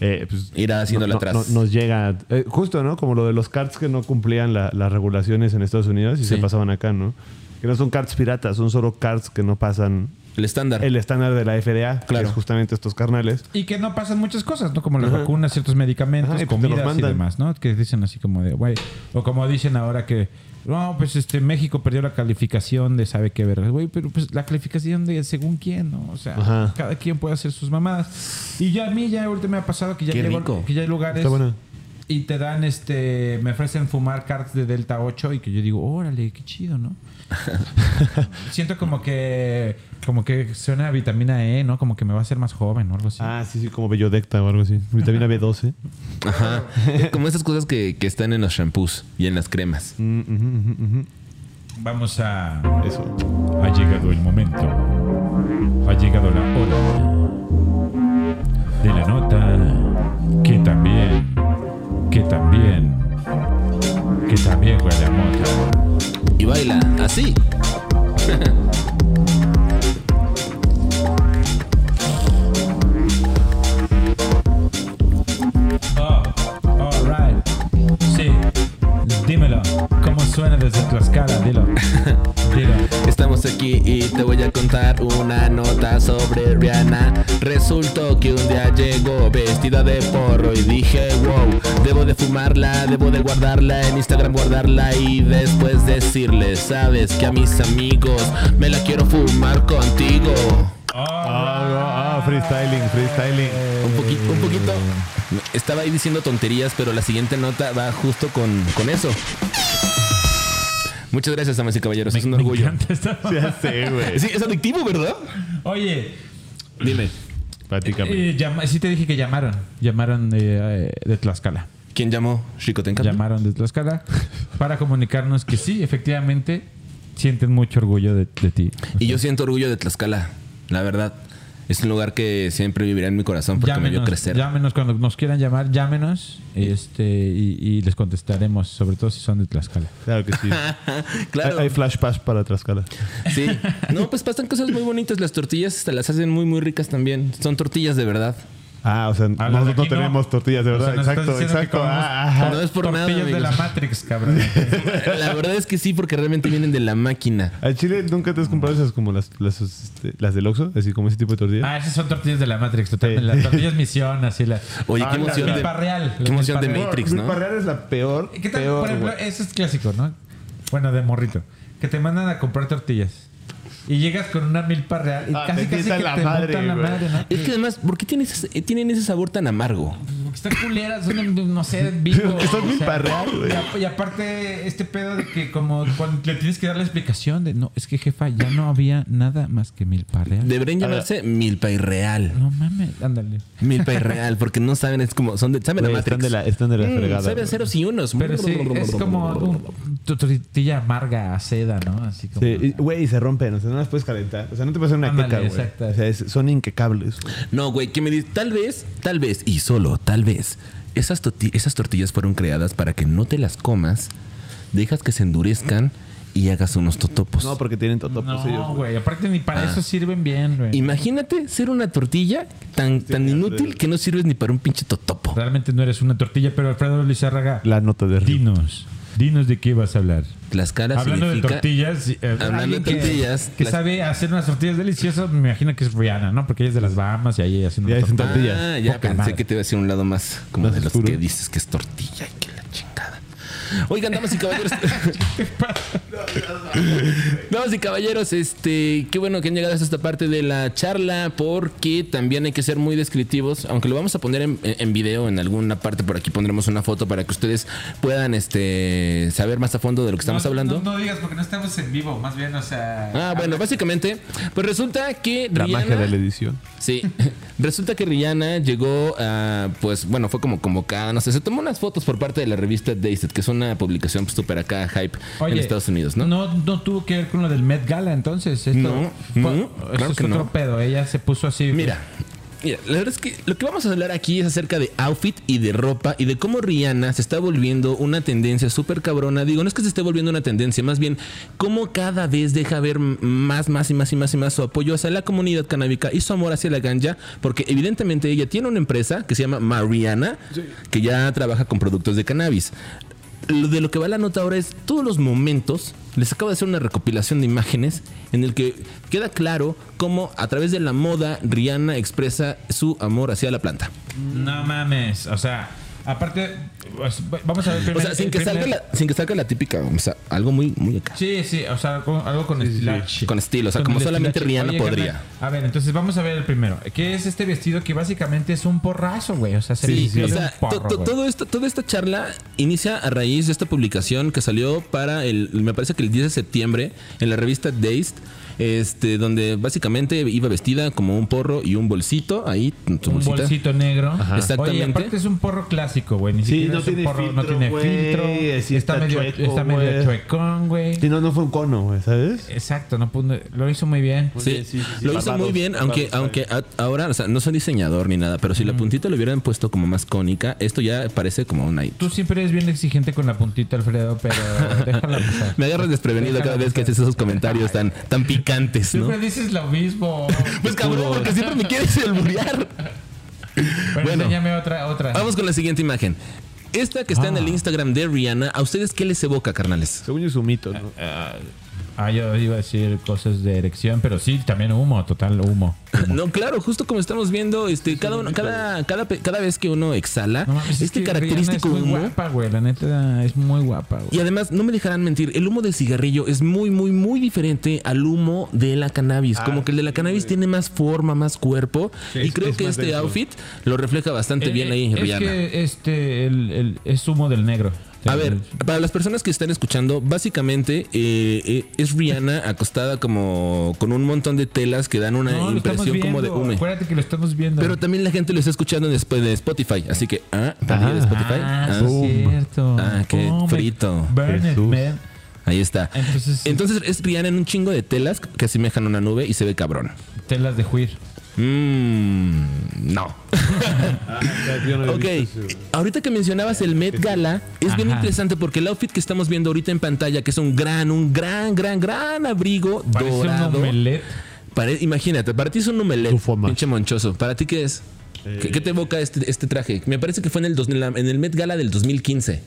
Speaker 3: eh, pues,
Speaker 2: Irá haciéndole
Speaker 3: no-
Speaker 2: atrás.
Speaker 3: no- nos llega. eh, justo, ¿no? Como lo de los carts que no cumplían la- las regulaciones en Estados Unidos y se
Speaker 2: Sí.
Speaker 3: pasaban acá, ¿no? Que no son carts piratas, son solo carts que no pasan
Speaker 2: El estándar.
Speaker 3: el estándar de la FDA, que
Speaker 2: Claro.
Speaker 3: es justamente estos carnales.
Speaker 1: Y que no pasan muchas cosas, ¿no? Como las vacunas, ciertos medicamentos,
Speaker 3: Ajá, y pues te los
Speaker 1: comidas y
Speaker 3: mandan.
Speaker 1: demás, ¿no? Que dicen así como de, güey, o como dicen ahora que, no, pues este, México perdió la calificación de sabe qué verga, güey, pero pues la calificación de según quién, ¿no? O sea,
Speaker 3: Ajá.
Speaker 1: cada quien puede hacer sus mamadas. Y ya a mí ya ahorita me ha pasado que ya,
Speaker 2: Qué
Speaker 1: llego-
Speaker 2: rico.
Speaker 1: que ya hay lugares
Speaker 3: Está bueno.
Speaker 1: y te dan, este, me ofrecen fumar cards de Delta 8 y que yo digo, órale, qué chido,
Speaker 3: <laughs>
Speaker 1: ¿no? Siento como que, como que suena a vitamina E, ¿no? Como que me va a hacer más joven o algo así.
Speaker 3: Ah, sí, sí, como Bellodecta o algo así. Vitamina B12.
Speaker 2: Ajá. Como esas cosas que, que están en los shampoos y en las cremas.
Speaker 3: Mm, ujú, ujú, ujú.
Speaker 1: Vamos a...
Speaker 3: Eso.
Speaker 1: Ha llegado el momento. Ha llegado la hora de la nota que también, que también, que también huele a mota.
Speaker 2: Y baila así.
Speaker 1: Oh, all right. Sí, dímelo. ¿Cómo suena desde Tlaxcala? Dilo.
Speaker 2: <laughs> estamos aquí y te voy a contar una nota sobre Rihanna. Resultó que un día llegó vestida de porro y dije, wow, debo de fumarla, debo de guardarla, en Instagram guardarla y después decirle, sabes que a mis amigos me la quiero fumar contigo.
Speaker 1: Oh,
Speaker 3: Ah, no, ah, freestyling, freestyling.
Speaker 2: Un poquito, un poquito. Estaba ahí diciendo tonterías, pero la siguiente nota va justo con, con eso. Muchas gracias, damas y caballeros. es un
Speaker 1: Me
Speaker 2: orgullo.
Speaker 1: encanta esta-
Speaker 3: Ya sé, güey.
Speaker 2: Sí, es adictivo, ¿verdad?
Speaker 1: Oye,
Speaker 2: Dime,
Speaker 3: Platícame.
Speaker 1: eh, llama- sí te dije que llamaron. Llamaron de, eh, de Tlaxcala.
Speaker 2: ¿quién llamó? ¿Chico Tenka?
Speaker 1: Llamaron de Tlaxcala para comunicarnos que sí, efectivamente, sienten mucho orgullo de, de ti.
Speaker 2: Y yo siento orgullo de Tlaxcala, la verdad. Es un lugar que siempre vivirá en mi corazón porque me vio crecer.
Speaker 1: llámenos cuando nos quieran llamar, llámenos este, y, y les contestaremos, sobre todo si son de Tlaxcala.
Speaker 3: Claro que sí.
Speaker 2: <laughs> claro.
Speaker 3: Hay, hay flash pass para Tlaxcala.
Speaker 2: Sí. No, pues pasan cosas muy bonitas. Las tortillas hasta las hacen muy, muy ricas también. Son tortillas de verdad.
Speaker 3: Ah, o sea,
Speaker 1: A las de
Speaker 3: nosotros no
Speaker 1: aquí no.
Speaker 3: tenemos tortillas, de
Speaker 1: O sea,
Speaker 3: verdad.
Speaker 1: nos estás
Speaker 3: exacto,
Speaker 1: diciendo que
Speaker 3: exacto.
Speaker 1: comamos-
Speaker 3: Ah, ajá.
Speaker 2: No es por nada,
Speaker 1: Tortillas de
Speaker 2: amigos.
Speaker 1: la Matrix,
Speaker 2: <laughs>
Speaker 1: cabrón.
Speaker 2: La verdad es que sí, porque realmente vienen de la máquina.
Speaker 3: ah. ¿Al Chile nunca te has comprado esas como las, las, este, las del Oxxo? Así como ese tipo de tortillas.
Speaker 1: ah, esas son tortillas de la Matrix, totalmente. Las tortillas Misión, así la.
Speaker 2: Oye, qué
Speaker 3: Ah, la
Speaker 2: emoción. de-
Speaker 1: milpa real.
Speaker 2: Qué emoción de
Speaker 1: La milpa
Speaker 2: Matrix,
Speaker 3: Luis
Speaker 2: ¿no?
Speaker 3: Parreal es la peor.
Speaker 1: ¿Qué tal?
Speaker 3: peor,
Speaker 1: por ejemplo,
Speaker 3: güey.
Speaker 1: eso es clásico, ¿no? Bueno, de morrito. Que te mandan a comprar tortillas. Y llegas con una milpa real y
Speaker 3: Ah,
Speaker 1: casi
Speaker 3: te
Speaker 1: casi
Speaker 3: empieza
Speaker 1: que
Speaker 3: la
Speaker 1: te
Speaker 3: madre,
Speaker 1: botan la
Speaker 3: güey.
Speaker 1: madre, ¿no?
Speaker 2: Es que además, ¿por qué tienen ese, eh, tienen ese sabor tan amargo?
Speaker 1: Porque están culeras, son, de- no sé, bingo.
Speaker 3: <laughs> Son
Speaker 1: o sea,
Speaker 3: milpa real, güey.
Speaker 1: y a- Y aparte, este pedo de que como cuando le tienes que dar la explicación de, no, es que jefa, ya no había nada más que milpa real.
Speaker 2: Deberían llamarse milpa irreal.
Speaker 1: No mames, ándale.
Speaker 2: Milpa irreal, porque no saben, es como, son de, saben
Speaker 3: Güey,
Speaker 2: la
Speaker 3: están
Speaker 2: Matrix.
Speaker 3: de la, están de la
Speaker 2: Mm,
Speaker 3: fregada.
Speaker 2: sabe a
Speaker 3: güey.
Speaker 2: ceros y unos.
Speaker 1: Pero sí, es como un- tu tortilla amarga a seda, ¿no? Así como...
Speaker 3: Sí, y- güey, y se rompen, o sea, no las puedes calentar. O sea, no te puedes hacer una
Speaker 1: Ándale,
Speaker 3: queca, güey.
Speaker 1: exacto.
Speaker 3: O sea, es- son inquecables. güey.
Speaker 2: No, güey, que me dice, tal vez, tal vez, y solo, tal vez, esas, torti- esas tortillas fueron creadas para que no te las comas, dejas que se endurezcan y hagas unos totopos.
Speaker 3: No, porque tienen totopos ellos.
Speaker 1: No,
Speaker 3: Ah. güey.
Speaker 1: güey, aparte ni para eso sirven bien, güey.
Speaker 2: Imagínate ser una tortilla tan, tan inútil que no sirves ni para un pinche totopo.
Speaker 1: Realmente no eres una tortilla, pero Alfredo Lizárraga,
Speaker 3: La nota de Rick.
Speaker 1: dinos, dinos de qué vas a hablar.
Speaker 2: Las caras
Speaker 1: Hablando de
Speaker 2: significa-
Speaker 1: tortillas, eh,
Speaker 2: Hablando
Speaker 1: alguien
Speaker 2: de tortillas,
Speaker 1: que, que
Speaker 2: las-
Speaker 1: sabe hacer unas tortillas deliciosas, me imagino que es Rihanna, ¿no? Porque ella es de las Bahamas y ahí hace
Speaker 3: Ya
Speaker 1: unas
Speaker 3: dicen
Speaker 1: tortillas.
Speaker 3: tortillas.
Speaker 2: Ah, ya
Speaker 1: Poca
Speaker 2: pensé
Speaker 1: madre.
Speaker 2: que te iba a decir un lado más como
Speaker 3: Más
Speaker 2: de los
Speaker 3: oscuro.
Speaker 2: que dices que es tortilla y que la chingada. Oigan, damas
Speaker 1: <laughs>
Speaker 2: y caballeros. damas y caballeros, este, qué bueno que han llegado hasta esta parte de la charla porque también hay que ser muy descriptivos, aunque lo vamos a poner en, en video en alguna parte por aquí pondremos una foto para que ustedes puedan este saber más a fondo de lo que estamos
Speaker 1: No,
Speaker 2: hablando.
Speaker 1: No, no digas porque no estamos en vivo, más bien, o sea.
Speaker 2: Ah, bueno, básicamente, pues resulta que
Speaker 3: La
Speaker 2: Rihanna-
Speaker 3: magia de la edición.
Speaker 2: Sí, <laughs> resulta que Rihanna llegó a, pues bueno, fue como convocada, no sé, se tomó unas fotos por parte de la revista Dazed, que es una publicación pues, súper acá hype en Estados Unidos, ¿no?
Speaker 1: ¿no? No tuvo que ver con lo del Met Gala, entonces. Esto,
Speaker 2: No,
Speaker 1: Fue-
Speaker 2: no,
Speaker 1: eso
Speaker 2: claro
Speaker 1: es
Speaker 2: que no.
Speaker 1: otro pedo. Ella se puso así.
Speaker 2: Mira, mira, la verdad es que lo que vamos a hablar aquí es acerca de outfit y de ropa y de cómo Rihanna se está volviendo una tendencia súper cabrona. Digo, no es que se esté volviendo una tendencia, más bien cómo cada vez deja ver más, más y más y más y más su apoyo hacia la comunidad canábica y su amor hacia la ganja, porque evidentemente ella tiene una empresa que se llama Mariana, que ya trabaja con productos de cannabis. Lo de lo que va la nota ahora es todos los momentos. Les acabo de hacer una recopilación de imágenes en el que queda claro cómo a través de la moda Rihanna expresa su amor hacia la planta.
Speaker 1: No mames. O sea, aparte, pues, vamos a ver
Speaker 2: O
Speaker 1: primero-
Speaker 2: sea, sin
Speaker 1: el
Speaker 2: que
Speaker 1: primer-
Speaker 2: salga la, sin que salga la típica, o sea, algo muy, muy acá.
Speaker 1: Sí, sí, o sea, con- algo con estilache.
Speaker 2: Con estilo, o sea,
Speaker 1: Con
Speaker 2: como
Speaker 1: el
Speaker 2: solamente
Speaker 1: estilache.
Speaker 2: Rihanna
Speaker 1: Oye,
Speaker 2: podría.
Speaker 1: carnal, A ver, entonces vamos a ver el primero. Que es este vestido que básicamente es un porrazo, güey? O sea, se
Speaker 2: Sí,
Speaker 1: le
Speaker 2: o
Speaker 1: pierde
Speaker 2: sea,
Speaker 1: un porro,
Speaker 2: to- to-
Speaker 1: güey.
Speaker 2: todo esto, toda esta charla inicia a raíz de esta publicación que salió para el, me parece que el 10 de septiembre en la revista Dazed, este, donde básicamente iba vestida como un porro y un bolsito, ahí, su
Speaker 1: un
Speaker 2: bolsita.
Speaker 1: bolsito negro.
Speaker 2: Exactamente.
Speaker 1: Oye, aparte es un porro clásico, güey. Ni
Speaker 3: Sí,
Speaker 1: siquiera
Speaker 3: no
Speaker 1: es un
Speaker 3: tiene
Speaker 1: porro, no
Speaker 3: filtro,
Speaker 1: tiene
Speaker 3: güey.
Speaker 1: filtro.
Speaker 3: Sí, está
Speaker 1: medio,
Speaker 3: chueco,
Speaker 1: está medio
Speaker 3: güey.
Speaker 1: chuecón, güey.
Speaker 3: Sí, no, no fue un cono, güey, ¿sabes?
Speaker 1: Exacto, no pudo- lo hizo muy bien.
Speaker 2: Sí,
Speaker 3: bien, sí, sí, sí.
Speaker 2: lo hizo
Speaker 3: Barbados,
Speaker 2: muy bien,
Speaker 3: barbados,
Speaker 2: aunque,
Speaker 3: está
Speaker 2: aunque a- ahora, o sea, no soy diseñador ni nada, pero si la puntita lo hubieran puesto como más cónica, esto ya parece como una...
Speaker 1: Tú siempre eres bien exigente con la puntita, Alfredo, pero <laughs> déjala pasar.
Speaker 2: Me agarras desprevenido cada vez que haces esos comentarios tan, tan picantes, ¿no?
Speaker 1: Siempre dices lo mismo.
Speaker 2: <laughs> Pues cabrón, porque siempre me quieres alburear.
Speaker 1: Bueno,
Speaker 2: Bueno.
Speaker 1: enséñame otra, otra.
Speaker 2: Vamos con la siguiente imagen.
Speaker 1: Ah.
Speaker 2: Esta que está en el Instagram de Rihanna, ¿a ustedes qué les evoca, carnales?
Speaker 3: Según yo es un mito, ¿no?
Speaker 1: Ah, yo iba a decir cosas de erección, pero sí, también humo, total humo.
Speaker 2: <laughs> No, claro, justo como estamos viendo, este, cada uno, cada, cada, pe- cada vez que uno exhala,
Speaker 1: No mames, es
Speaker 2: este
Speaker 1: que
Speaker 2: característico
Speaker 1: Rihanna es muy
Speaker 2: humo.
Speaker 1: guapa, güey. La neta es muy guapa,
Speaker 2: Y
Speaker 1: güey.
Speaker 2: además, no me dejarán mentir, el humo del cigarrillo es muy, muy, muy diferente al humo de la cannabis.
Speaker 1: Ah,
Speaker 2: Como que el de la cannabis tiene más forma, más cuerpo. y
Speaker 3: es-
Speaker 2: creo
Speaker 3: es
Speaker 2: que
Speaker 3: más
Speaker 2: este
Speaker 3: denso.
Speaker 2: outfit lo refleja bastante
Speaker 1: Eh,
Speaker 2: bien ahí,
Speaker 1: es
Speaker 2: Rihanna.
Speaker 1: que este el, el- es humo del negro.
Speaker 2: A ver, para las personas que están escuchando, básicamente eh, eh, es Rihanna acostada como con un montón de telas que dan una
Speaker 1: No, lo estamos
Speaker 2: impresión
Speaker 1: viendo.
Speaker 2: como de hume.
Speaker 1: Acuérdate que lo estamos viendo.
Speaker 2: Pero también la gente lo está escuchando en Sp- de Spotify, así que ah, también de Spotify.
Speaker 1: Ah,
Speaker 2: Ah,
Speaker 1: sí es cierto.
Speaker 2: Ah, qué
Speaker 1: Oh, my-
Speaker 2: frito.
Speaker 1: Burn it,
Speaker 3: Jesús.
Speaker 1: man.
Speaker 2: ahí está.
Speaker 1: Entonces, sí.
Speaker 2: Entonces es Rihanna en un chingo de telas que asemejan una nube y se ve cabrón.
Speaker 1: Telas de juir.
Speaker 2: Mmm, no.
Speaker 3: Ah, Yo no he
Speaker 2: ah, Ok,
Speaker 3: visto eso.
Speaker 2: ahorita que mencionabas el Met Gala, es bien
Speaker 1: Ajá.
Speaker 2: interesante porque el outfit que estamos viendo ahorita en pantalla, que es un gran, un gran, gran, gran abrigo
Speaker 1: Parece un
Speaker 2: dorado.
Speaker 1: omelette.
Speaker 2: Pare- imagínate, para ti es un omelette,
Speaker 3: Tu forma.
Speaker 2: pinche monchoso. ¿Para ti qué es? ¿Qué, qué te evoca este, este traje? Me parece que fue en el, dos- en la- en el Met Gala del 2015.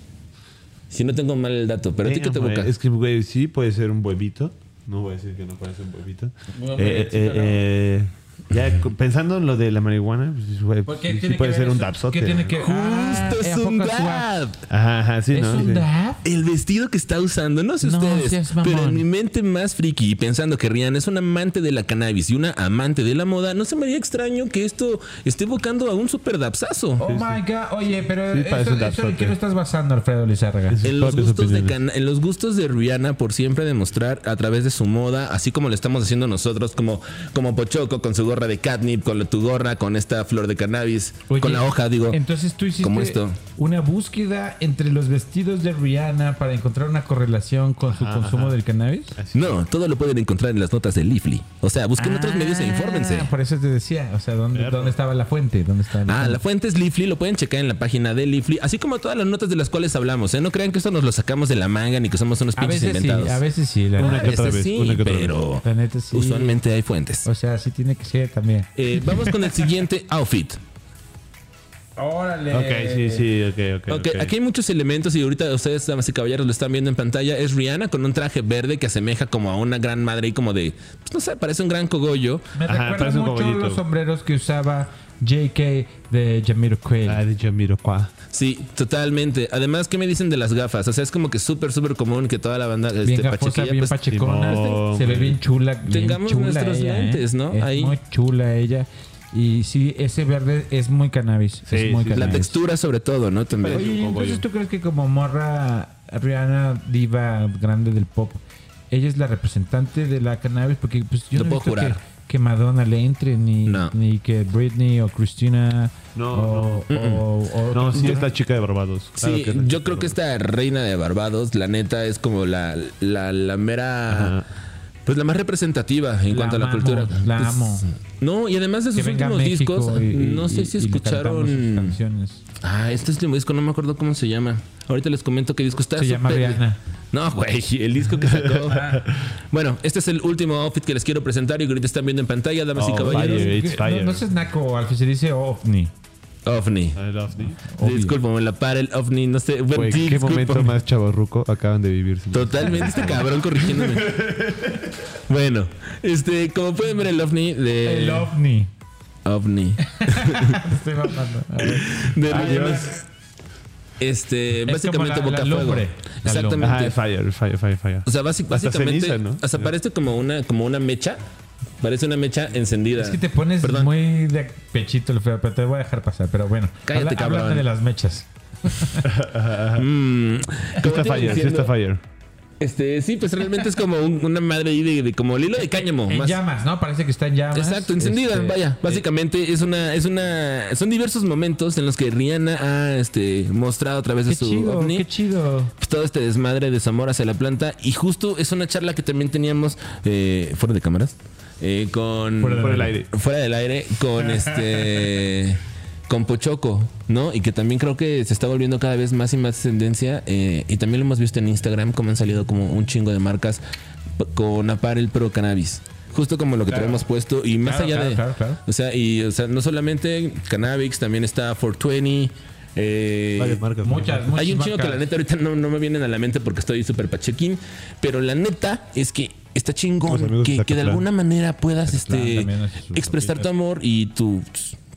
Speaker 2: Si no tengo mal el dato, ¿pero a ti qué te
Speaker 3: Damn,
Speaker 2: evoca?
Speaker 3: güey. Es que, güey, sí puede ser un huevito. No voy a decir que no puede ser un huevito.
Speaker 1: Un
Speaker 3: Eh, eh,
Speaker 1: omeletito,
Speaker 3: eh,
Speaker 1: ¿no?
Speaker 3: eh, ya cu- pensando en lo de la marihuana, pues, güey,
Speaker 1: ¿Por qué
Speaker 3: sí, sí
Speaker 1: tiene que
Speaker 3: puede
Speaker 1: ver
Speaker 3: ser un
Speaker 1: eso?
Speaker 3: tapsote.
Speaker 1: ¿Qué tiene que
Speaker 2: Justo
Speaker 1: Ah,
Speaker 2: es
Speaker 3: Eh,
Speaker 1: ¿a
Speaker 2: un
Speaker 1: poco swag?
Speaker 2: dab.
Speaker 3: Ajá, ajá, sí,
Speaker 1: ¿Es
Speaker 3: ¿no?
Speaker 1: un
Speaker 3: Sí.
Speaker 1: dab?
Speaker 2: El vestido que está usando, no sé
Speaker 1: No,
Speaker 2: ustedes,
Speaker 1: seas mamón.
Speaker 2: pero en mi mente más friki y pensando que Rihanna es una amante de la cannabis y una amante de la moda, no se me haría extraño que esto esté evocando a un super dapsazo.
Speaker 1: Oh my god, oye, pero
Speaker 3: Sí,
Speaker 1: eso,
Speaker 3: parece un
Speaker 1: eso ¿en
Speaker 3: tapsote.
Speaker 1: qué lo estás basando, Alfredo Lizárraga?
Speaker 3: Es- sus
Speaker 2: En los,
Speaker 3: propias
Speaker 2: gustos de
Speaker 3: opiniones.
Speaker 2: Can- en los gustos de Rihanna por siempre demostrar a través de su moda, así como lo estamos haciendo nosotros, como, como Pochoco con su gorra de catnip, con la- tu gorra, con esta flor de cannabis,
Speaker 1: Oye,
Speaker 2: con la hoja, digo.
Speaker 1: Entonces tú hiciste
Speaker 2: como esto.
Speaker 1: una búsqueda entre los vestidos de Rihanna para encontrar una correlación con su consumo del cannabis.
Speaker 2: No, todo lo pueden encontrar en las notas de Leafly. O sea, busquen otros
Speaker 1: Ah,
Speaker 2: medios e infórmense.
Speaker 1: Por eso te decía, o sea, ¿dónde, dónde estaba la fuente? ¿Dónde estaba
Speaker 2: Ah, la
Speaker 1: fuente?
Speaker 2: fuente es Leafly, lo pueden checar en la página de Leafly, así como todas las notas de las cuales hablamos, ¿eh? No crean que esto nos lo sacamos de la manga ni que somos unos
Speaker 1: A
Speaker 2: pinches
Speaker 1: veces sí,
Speaker 2: inventados.
Speaker 1: a veces sí, la,
Speaker 3: Una
Speaker 1: neta,
Speaker 3: que otra
Speaker 2: veces
Speaker 3: vez,
Speaker 2: sí,
Speaker 3: una que otra vez.
Speaker 2: pero
Speaker 1: la neta sí.
Speaker 2: usualmente hay fuentes.
Speaker 1: O sea, sí tiene que ser también.
Speaker 2: Eh, vamos con el siguiente outfit.
Speaker 1: Órale.
Speaker 3: Ok, sí, sí, ok, ok.
Speaker 2: Ok, aquí hay muchos elementos y ahorita ustedes, damas y caballeros, lo están viendo en pantalla. Es Rihanna con un traje verde que asemeja como a una gran madre y como de, pues no sé, parece un gran cogollo.
Speaker 1: Me
Speaker 3: Ajá,
Speaker 1: recuerda
Speaker 3: parece un
Speaker 1: mucho
Speaker 3: cogollito.
Speaker 1: los sombreros que usaba J.K. de Jamiroquai.
Speaker 3: Ah, de Jamiroquai.
Speaker 2: Sí, totalmente. Además, ¿qué me dicen de las gafas? O sea, es como que súper, súper común que toda la banda
Speaker 1: bien
Speaker 2: este,
Speaker 1: gafosa,
Speaker 2: pachequilla,
Speaker 1: bien
Speaker 2: pues,
Speaker 1: pachecona. este,
Speaker 3: Simón,
Speaker 1: se ve
Speaker 3: güey.
Speaker 1: bien chula. bien
Speaker 2: Tengamos
Speaker 1: chula
Speaker 2: nuestros
Speaker 1: ella, ¿eh?
Speaker 2: lentes, ¿no?
Speaker 1: Es
Speaker 2: Ahí.
Speaker 1: muy chula ella. Y sí, ese verde es muy cannabis.
Speaker 3: Sí,
Speaker 1: es muy
Speaker 3: sí,
Speaker 2: la
Speaker 1: cannabis.
Speaker 2: textura sobre todo, ¿no? También.
Speaker 1: Oye,
Speaker 3: un
Speaker 1: entonces
Speaker 3: cogollo.
Speaker 1: tú crees que como morra Rihanna, diva grande del pop, ella es la representante de la cannabis porque pues yo
Speaker 2: No
Speaker 1: no, he
Speaker 2: puedo
Speaker 1: visto
Speaker 2: jurar.
Speaker 1: Que, que Madonna le entre ni,
Speaker 2: No.
Speaker 1: ni que Britney o Christina
Speaker 3: No,
Speaker 1: o, o- o-
Speaker 3: No, sí, es la chica de Barbados. Claro
Speaker 2: Sí,
Speaker 3: que es la
Speaker 2: yo
Speaker 3: chica
Speaker 2: creo que
Speaker 3: de
Speaker 2: esta reina de Barbados, la neta, es como la, la, la mera.
Speaker 3: Ajá.
Speaker 2: Pues la más representativa en
Speaker 1: La
Speaker 2: cuanto a la
Speaker 1: amamos,
Speaker 2: cultura.
Speaker 1: la
Speaker 2: Pues,
Speaker 1: amo.
Speaker 2: No, y además de
Speaker 1: que
Speaker 2: sus
Speaker 1: venga a
Speaker 2: últimos
Speaker 1: México
Speaker 2: discos,
Speaker 1: y- y-
Speaker 2: no sé
Speaker 1: y-
Speaker 2: si
Speaker 1: y le cantamos sus
Speaker 2: escucharon.
Speaker 1: canciones.
Speaker 2: Ah, este último disco, no me acuerdo cómo se llama. Ahorita les comento qué disco está.
Speaker 1: Se llama
Speaker 2: súper-
Speaker 1: Rihanna.
Speaker 2: No, güey, el disco que
Speaker 3: <laughs>
Speaker 2: sacó. bueno, este es el último outfit que les quiero presentar y que ahorita están viendo en pantalla, damas y
Speaker 3: Oh,
Speaker 2: caballeros.
Speaker 3: vaya. It's
Speaker 1: No,
Speaker 3: fire.
Speaker 1: no seas naco, al que se dice ovni.
Speaker 2: OVNI.
Speaker 3: I love thee.
Speaker 1: Obvio.
Speaker 2: Disculpame, la para el OVNI, no sé. Bueno,
Speaker 3: Güey,
Speaker 2: sí,
Speaker 3: qué momento
Speaker 2: discúlpame.
Speaker 3: más chavarruco acaban de vivir. señor.
Speaker 2: Totalmente este cabrón corrigiéndome. Bueno, este, como pueden ver el ovni de
Speaker 1: El ovni.
Speaker 2: ovni
Speaker 1: Estoy mamando. A ver.
Speaker 2: de
Speaker 3: Ah,
Speaker 2: Rihanna,
Speaker 3: Dios.
Speaker 2: este
Speaker 1: como la-
Speaker 2: básicamente
Speaker 1: la
Speaker 2: boca fuego.
Speaker 1: lumbre. La lumbre.
Speaker 2: Exactamente.
Speaker 3: Ajá, fire, fire, fire, fire.
Speaker 2: o sea, básic-
Speaker 3: Hasta
Speaker 2: básicamente
Speaker 3: ceniza, ¿no?
Speaker 2: hasta parece como una como una mecha. Parece una mecha encendida.
Speaker 1: Es que te pones
Speaker 2: Perdón.
Speaker 1: muy de pechito, el feo, pero te voy a dejar pasar. Pero bueno,
Speaker 2: Cállate,
Speaker 1: habla-
Speaker 2: cabrón.
Speaker 1: háblame de las mechas.
Speaker 2: Mm,
Speaker 3: Sí
Speaker 2: como
Speaker 3: está
Speaker 2: te iba
Speaker 3: fire, sí
Speaker 2: diciendo,
Speaker 3: está fire.
Speaker 2: Este, sí, pues realmente es como un- una madre ahí de, de- como lilo de cáñamo,
Speaker 1: En
Speaker 2: más.
Speaker 1: llamas, ¿no? Parece que está en llamas.
Speaker 2: Exacto, encendida,
Speaker 1: Este,
Speaker 2: vaya. Básicamente es una, es una, son diversos momentos en los que Rihanna ha este, mostrado a través de
Speaker 1: Qué
Speaker 2: su
Speaker 1: chido,
Speaker 2: ovni
Speaker 1: qué chido.
Speaker 2: pues, todo este desmadre de su amor hacia la planta. Y justo es una charla que también teníamos eh, fuera de cámaras. eh, con
Speaker 1: Fuera de-
Speaker 3: Por el aire.
Speaker 2: fuera del aire
Speaker 1: <laughs>
Speaker 2: con este con Pochoco, ¿no? Y que también creo que se está volviendo cada vez más y más tendencia eh, y también lo hemos visto en Instagram como han salido como un chingo de marcas p- con aparel pro cannabis. Justo como lo que tenemos puesto y más
Speaker 1: Claro,
Speaker 2: allá
Speaker 1: claro,
Speaker 2: de
Speaker 1: claro, claro.
Speaker 2: o sea, y o sea, no solamente cannabis, también está 420 Eh,
Speaker 3: Varias marcas.
Speaker 1: Muchas, muchas.
Speaker 2: hay un chingo
Speaker 1: marcas.
Speaker 2: que la neta ahorita no, no me vienen a la mente porque estoy súper pachequín. Pero la neta es que está
Speaker 3: Los
Speaker 2: chingón
Speaker 3: amigos de
Speaker 2: que, que de
Speaker 3: Zacatlán.
Speaker 2: alguna manera puedas este,
Speaker 1: también hace sus
Speaker 2: expresar tu
Speaker 1: papitas.
Speaker 2: amor y tu,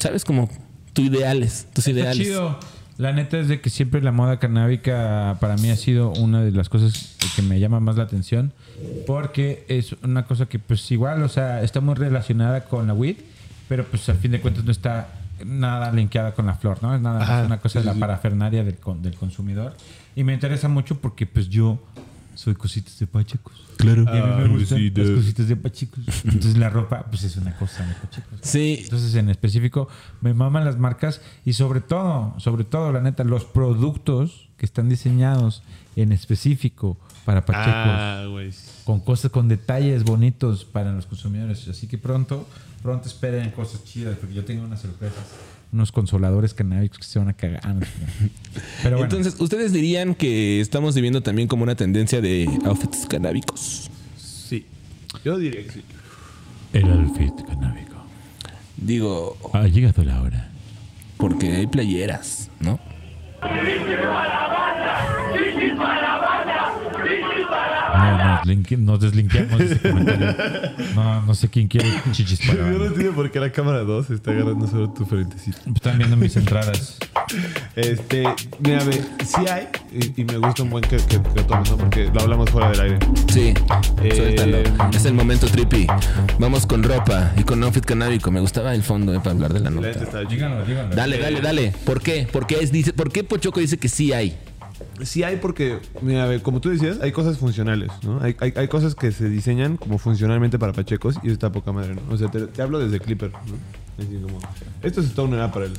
Speaker 2: ¿sabes? Como tus ideales, tus
Speaker 1: Está
Speaker 2: ideales.
Speaker 1: chido. La neta es de que siempre la moda canábica para mí ha sido una de las cosas que me llama más la atención porque es una cosa que pues igual, o sea, está muy relacionada con la weed, pero pues al fin de cuentas no está nada linkeada con la flor, ¿no? Es nada más
Speaker 3: Ajá,
Speaker 1: una cosa de la parafernaria del, con- del consumidor y me interesa mucho porque pues yo soy cositas de pachecos.
Speaker 3: Claro.
Speaker 1: Y a mí me gustan las cositas de pachecos. Entonces la ropa pues es una cosa de pachecos.
Speaker 2: Sí,
Speaker 1: Entonces, en específico, me maman las marcas y sobre todo, sobre todo, la neta, los productos que están diseñados en específico para pachecos,
Speaker 3: Ah, güey.
Speaker 1: con cosas, con detalles bonitos para los consumidores. Así que pronto, pronto esperen cosas chidas, porque yo tengo unas sorpresas, unos consoladores canábicos que se van a cagar. Ah, no, no. Pero bueno,
Speaker 2: Entonces, ¿ustedes dirían que estamos viviendo también como una tendencia de outfits canábicos?
Speaker 3: Sí. Yo diría que sí.
Speaker 1: el outfit canábico.
Speaker 2: Digo,
Speaker 1: Ha llegado la hora.
Speaker 2: porque hay playeras, ¿no?
Speaker 1: No, nos, linke- nos deslinkeamos de ese comentario. No, no sé quién quiere chichis para
Speaker 3: <laughs> <laughs> Yo no
Speaker 1: ahora.
Speaker 3: entiendo por qué la cámara 2 está agarrando solo tu frentecito.
Speaker 1: Están viendo mis entradas.
Speaker 3: Este, mira, ve, sí hay. Y, y me gusta un buen que, que, que tomes, ¿no? Porque lo hablamos fuera del aire.
Speaker 2: Sí,
Speaker 3: Eh,
Speaker 2: suéltalo. Es el momento trippy. Vamos con ropa y con outfit canábico. Me gustaba el fondo eh, para hablar de la
Speaker 3: La neta
Speaker 2: nota.
Speaker 3: estaba chida.
Speaker 1: Díganlo, díganlo.
Speaker 2: Dale, dale, dale. ¿Por qué? ¿Por qué, es, dice, ¿por qué Pochoco dice que sí hay?
Speaker 3: Sí hay porque, mira, ve, como tú decías, hay cosas funcionales, ¿no? Hay, hay- hay cosas que se diseñan como funcionalmente para pachecos y eso está poca madre, ¿no? O sea, te, te hablo desde Clipper, ¿no? Así como, esto es Stoner Apparel.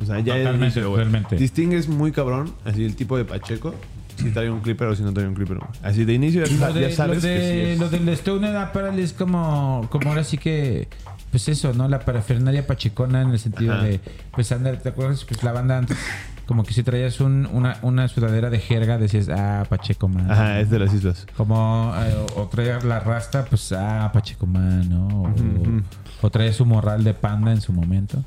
Speaker 3: O sea, ya es-
Speaker 1: Totalmente,
Speaker 3: güey.
Speaker 1: totalmente.
Speaker 3: Distingues muy cabrón, así el tipo de pacheco, si trae un Clipper o si no trae un Clipper, güey. Así de inicio ya,
Speaker 1: Lo,
Speaker 3: sa- ya
Speaker 1: de,
Speaker 3: sabes
Speaker 1: lo,
Speaker 3: que sí
Speaker 1: de,
Speaker 3: es.
Speaker 1: lo del Stoner Apparel es como, como ahora sí que, pues eso, ¿no? La parafernalia pachicona en el sentido
Speaker 3: Ajá.
Speaker 1: de, pues andar, ¿te acuerdas? Pues la banda antes, como que si traías un- una, una sudadera de jerga, decías, ah, Pacheco, man.
Speaker 3: Ajá, es de las islas.
Speaker 1: Como, eh, o, o traías la rasta, pues, ah, Pacheco, man, ¿no? O, o traías su morral de panda en su momento.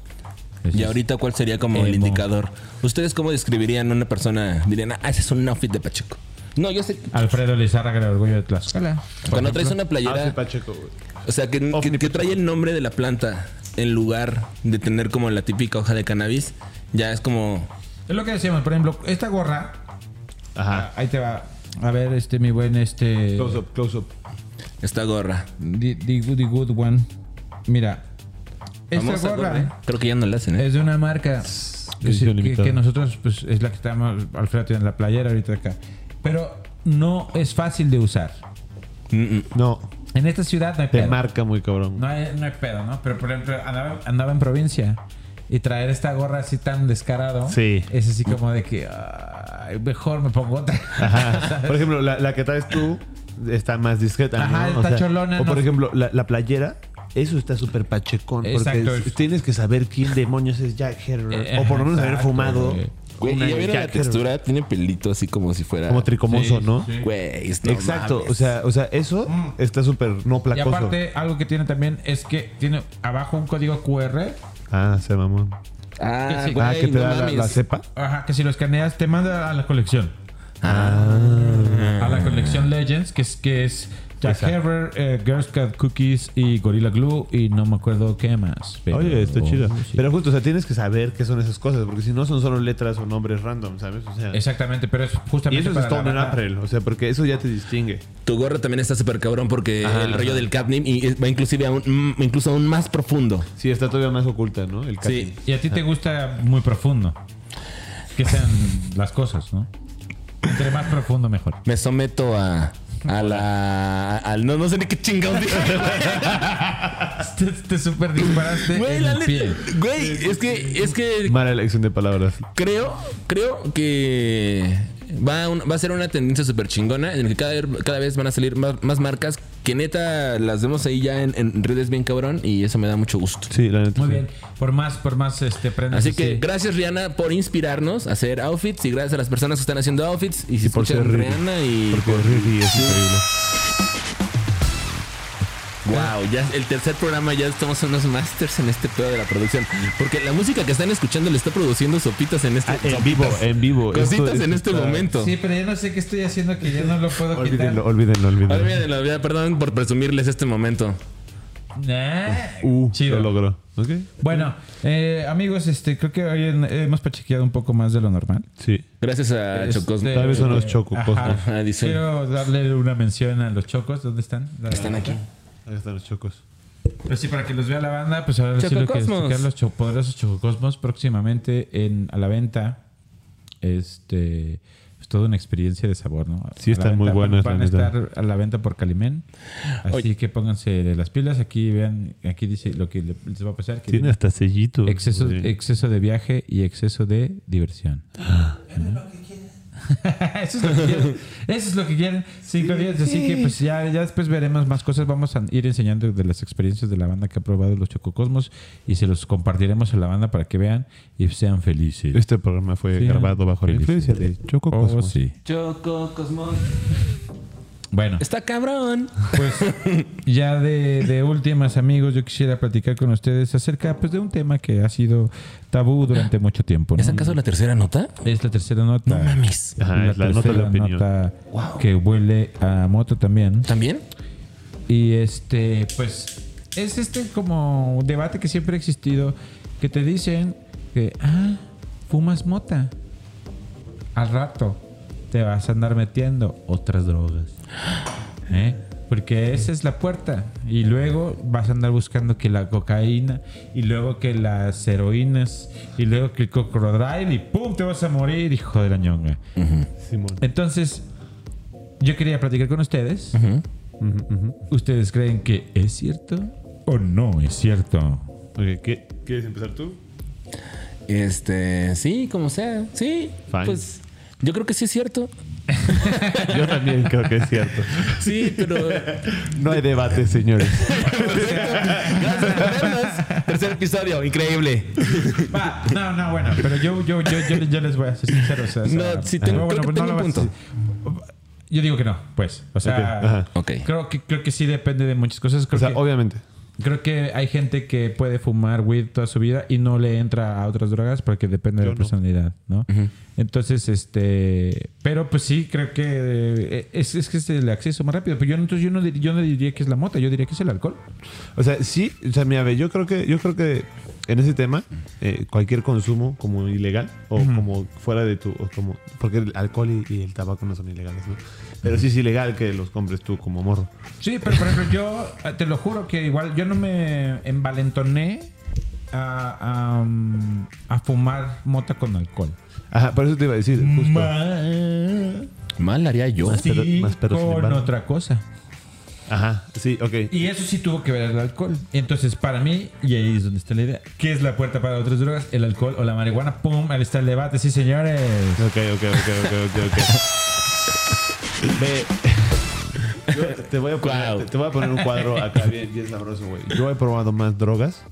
Speaker 1: Pues,
Speaker 2: Y ahorita, ¿cuál sería como el
Speaker 1: Emo.
Speaker 2: indicador? ¿Ustedes cómo describirían a una persona? Dirían, ah, ese es un outfit de Pacheco. No, yo sé.
Speaker 1: Alfredo Lizárraga, el orgullo de Tlaxcala. Por ejemplo.
Speaker 2: Cuando traes una
Speaker 3: Ah, sí,
Speaker 2: playera.
Speaker 3: pacheco, güey.
Speaker 2: O sea, que, que, que trae el nombre de la planta en lugar de tener como la típica hoja de cannabis, ya es como.
Speaker 1: Es lo que decíamos, por ejemplo, esta gorra,
Speaker 3: Ajá.
Speaker 1: ahí te va. A ver, este, mi buen, este...
Speaker 3: Close up, close up.
Speaker 2: Esta gorra.
Speaker 1: The, the good, the good one. Mira, esta
Speaker 2: Famosa ¿eh?
Speaker 1: gorra
Speaker 2: Creo que ya no la hacen, ¿eh?
Speaker 1: es de una marca que,
Speaker 3: Edición
Speaker 1: que-
Speaker 3: limitada.
Speaker 1: que nosotros pues, es la que estamos Alfredo tiene en la playera ahorita acá. Pero no es fácil de usar.
Speaker 2: Mm, mm.
Speaker 3: No,
Speaker 1: En esta ciudad no hay
Speaker 3: te
Speaker 1: pedo.
Speaker 3: marca muy cabrón.
Speaker 1: No hay, no hay pedo, ¿no? Pero por ejemplo, andaba, andaba en provincia y traer esta gorra así tan descarado
Speaker 3: Sí.
Speaker 1: es así como de que ay, mejor me pongo otra. <laughs>
Speaker 3: Ajá. Por ejemplo, la, la que traes tú está más discreta.
Speaker 1: Ajá,
Speaker 3: ¿no?
Speaker 1: está cholona,
Speaker 3: O por
Speaker 1: no-
Speaker 3: ejemplo, la, la playera. Eso está súper pachecón.
Speaker 1: Exacto.
Speaker 3: Porque es- tienes que saber quién demonios es Jack Herrer.
Speaker 1: Eh,
Speaker 3: o por lo menos
Speaker 1: exacto,
Speaker 3: haber fumado.
Speaker 1: güey.
Speaker 2: Güey,
Speaker 3: una
Speaker 2: ¿y ya vieron la
Speaker 3: Jack Herrer.
Speaker 2: textura, tiene pelito así como si fuera.
Speaker 3: Como tricomoso,
Speaker 1: Sí,
Speaker 3: ¿no?
Speaker 1: sí. Mm.
Speaker 2: Güey, es- no
Speaker 3: Exacto.
Speaker 2: mames.
Speaker 3: O sea, o sea, eso está súper
Speaker 1: Y
Speaker 3: no placoso.
Speaker 1: aparte, algo que tiene también es que tiene abajo un código QR
Speaker 3: Ah, se mamón.
Speaker 2: Ah,
Speaker 1: que sí.
Speaker 2: güey,
Speaker 3: ah, que te
Speaker 2: no
Speaker 3: da la,
Speaker 2: mames.
Speaker 3: la cepa.
Speaker 1: Ajá, que si lo escaneas te manda a la colección. A la colección Legends, que es, que es Jack
Speaker 3: Esa.
Speaker 1: Herrer, eh, Girl Scout Cookies y Gorilla Glue y no me acuerdo qué más. pero-
Speaker 3: Oye, está chido.
Speaker 1: Sí.
Speaker 3: Pero justo, o sea, tienes que saber qué son esas cosas. Porque si no, son solo letras o nombres random, ¿sabes? O sea,
Speaker 1: Exactamente, pero es
Speaker 3: y
Speaker 1: justamente
Speaker 3: eso es
Speaker 1: para la
Speaker 3: Stone
Speaker 1: banda.
Speaker 3: April. O sea, porque eso ya te distingue.
Speaker 2: Tu gorra también está súper cabrón porque
Speaker 3: Ajá,
Speaker 2: el rollo
Speaker 3: ajá.
Speaker 2: del catnip y es- va inclusive aún, mm, incluso aún más profundo.
Speaker 3: Sí, está todavía más oculta, ¿no? El
Speaker 2: Sí.
Speaker 1: Y a ti te gusta muy profundo. Que sean las cosas, ¿no? Entre más profundo, mejor.
Speaker 2: <laughs> Me someto a. A la. al- no, no sé ni qué
Speaker 1: <laughs>
Speaker 2: chingados dije.
Speaker 1: Te, te super disparaste
Speaker 2: Güey,
Speaker 1: en
Speaker 2: la
Speaker 1: el
Speaker 2: neta-
Speaker 1: pie.
Speaker 2: güey, es que. Es que
Speaker 3: Mala elección de palabras.
Speaker 2: Creo, creo que va a, un- va a ser una tendencia súper chingona en la que cada, ver- cada vez van a salir más, más marcas que neta las vemos ahí ya en, en redes bien cabrón y eso me da mucho gusto.
Speaker 3: Sí, la neta.
Speaker 1: Muy
Speaker 3: sí.
Speaker 1: bien. Por más, por más este, prendas.
Speaker 2: Así que
Speaker 1: así.
Speaker 2: gracias Rihanna por inspirarnos a hacer outfits y gracias a las personas que están haciendo outfits y si
Speaker 3: Y por
Speaker 2: escuchan
Speaker 3: ser Riri.
Speaker 2: Rihanna y
Speaker 3: Porque Riri es increíble.
Speaker 2: Wow, ya el tercer programa ya estamos unos masters en este pedo de la producción. Porque la música que están escuchando le está produciendo sopitas en este
Speaker 3: Ah, en vivo, en vivo.
Speaker 2: Cositas
Speaker 3: Esto-
Speaker 2: en
Speaker 3: esto
Speaker 2: este
Speaker 3: está-
Speaker 2: momento.
Speaker 1: Sí, pero ya no sé qué estoy haciendo que ya no lo puedo
Speaker 3: Olvídenlo,
Speaker 1: quitar.
Speaker 3: olvídenlo, olvídenlo.
Speaker 2: Olvídenlo, olvídenlo, perdón por presumirles este momento.
Speaker 1: Nah,
Speaker 3: Uh,
Speaker 1: chido.
Speaker 3: lo logró. ¿Ok?
Speaker 1: Bueno, eh, amigos, este, creo que hoy en- hemos pachequeado un poco más de lo normal.
Speaker 3: Sí.
Speaker 2: Gracias a
Speaker 1: Este,
Speaker 2: Chocos. Ah,
Speaker 3: Tal vez son los Choco
Speaker 1: ajá.
Speaker 3: Cosmos.
Speaker 2: Ajá, dicen.
Speaker 1: Quiero darle una mención a los chocos. ¿Dónde están?
Speaker 2: Están aquí.
Speaker 3: Ahí están los chocos.
Speaker 1: Pero sí, para que los vea la banda, pues ahora sí lo que es
Speaker 2: Chococosmos.
Speaker 1: checar los cho- poderosos Chococosmos próximamente en, a la venta. Este. Es toda una experiencia de sabor, ¿no?
Speaker 3: Sí,
Speaker 1: A la
Speaker 3: están
Speaker 1: venta.
Speaker 3: muy buenas,
Speaker 1: Van, van a
Speaker 3: la neta.
Speaker 1: estar a la venta por Calimén. Así
Speaker 2: Oye.
Speaker 1: que pónganse de las pilas. Aquí vean, aquí dice lo que le- les va a pasar. Que
Speaker 3: Tiene hasta sellito.
Speaker 1: Exceso,
Speaker 3: güey.
Speaker 1: exceso de viaje y exceso de diversión. <laughs> Eso es lo que quieren. Eso es lo que quieren. Cinco días. Así que pues ya, ya después veremos más cosas. Vamos a ir enseñando de las experiencias de la banda que ha probado los Chococosmos y se los compartiremos a la banda para que vean y sean felices.
Speaker 3: Este programa fue
Speaker 1: Sí,
Speaker 3: grabado bajo la
Speaker 1: felicidades.
Speaker 3: influencia de Choco
Speaker 1: Oh,
Speaker 3: Cosmos.
Speaker 1: sí.
Speaker 2: Choco Cosmos.
Speaker 1: Bueno,
Speaker 2: Está cabrón.
Speaker 1: pues ya de, de últimas amigos, yo quisiera platicar con ustedes acerca pues de un tema que ha sido tabú durante mucho tiempo. ¿no?
Speaker 2: ¿Es acaso la tercera nota?
Speaker 1: Es la tercera nota.
Speaker 2: No mames.
Speaker 3: Ajá, es la nota de
Speaker 1: tercera
Speaker 3: opinión.
Speaker 1: nota que huele a moto también.
Speaker 2: ¿También?
Speaker 1: Y este, pues, es este como debate que siempre ha existido, que te dicen que, ah, fumas mota. Al rato te vas a andar metiendo otras drogas. ¿Eh? Porque esa es la puerta. Y luego vas a andar buscando que la cocaína, y luego que las heroínas, y luego que el cocodrilo, y ¡pum! Te vas a morir, hijo de la ñonga.
Speaker 3: Simón.
Speaker 1: Entonces, yo quería platicar con ustedes. ¿Ustedes creen que es cierto o no es cierto?
Speaker 3: Ok, ¿qué- ¿Quieres empezar tú?
Speaker 2: Este, sí, como sea. Sí.
Speaker 3: Fine.
Speaker 2: Pues yo creo que sí es cierto.
Speaker 3: Yo también creo que es cierto.
Speaker 2: Sí, pero
Speaker 3: No hay debate, señores.
Speaker 2: Gracias por vernos. Tercer episodio, increíble.
Speaker 1: <laughs> Va, no, no, bueno, pero yo, yo, yo, yo, yo les voy a ser sincero. o sea, o sea,
Speaker 2: No, sí tengo- creo que tengo
Speaker 1: lo
Speaker 2: un
Speaker 1: vas a- Yo digo que no, pues. O sea,
Speaker 3: Ok, ajá.
Speaker 2: Ok.
Speaker 1: creo, que, creo que sí depende de muchas cosas. Creo
Speaker 3: O sea,
Speaker 1: que-
Speaker 3: obviamente.
Speaker 1: Creo que hay gente que puede fumar weed toda su vida y no le entra a otras drogas porque depende de
Speaker 3: Yo
Speaker 1: la
Speaker 3: no.
Speaker 1: personalidad, ¿no? Entonces, este. Pero pues sí, creo que eh, es, es que es el acceso más rápido. Pero yo, no- entonces, yo, no, dir- yo no diría que es la mota, yo diría que es el alcohol.
Speaker 3: O sea, sí, o sea, mira, ve, yo creo que, yo creo que en ese tema, eh, cualquier consumo como ilegal o como fuera de tu, o como, porque el alcohol y, y el tabaco no son ilegales, ¿no? Pero sí es ilegal que los compres tú como morro.
Speaker 1: Sí, pero por ejemplo, yo eh, te lo juro que igual yo no me envalentoné a, a, um, a fumar mota con alcohol.
Speaker 3: Ajá, por eso te iba a decir, justo.
Speaker 2: Mal haría yo.
Speaker 3: Más pero-
Speaker 1: Sí,
Speaker 3: más pero sin
Speaker 1: con
Speaker 3: embargo.
Speaker 1: otra cosa.
Speaker 3: Ajá, sí, ok.
Speaker 1: Y eso sí tuvo que ver el alcohol. Entonces, para mí, y ahí es donde está la idea, ¿qué es la puerta para otras drogas? El alcohol o la marihuana. ¡Pum! Ahí está el debate. Sí, señores.
Speaker 3: Ok, ok, ok, ok, ok, <laughs> ok. Ve. Yo te, voy a poner,
Speaker 2: Guau.
Speaker 3: te, te voy a poner un cuadro acá bien, bien sabroso, güey. Yo he probado más drogas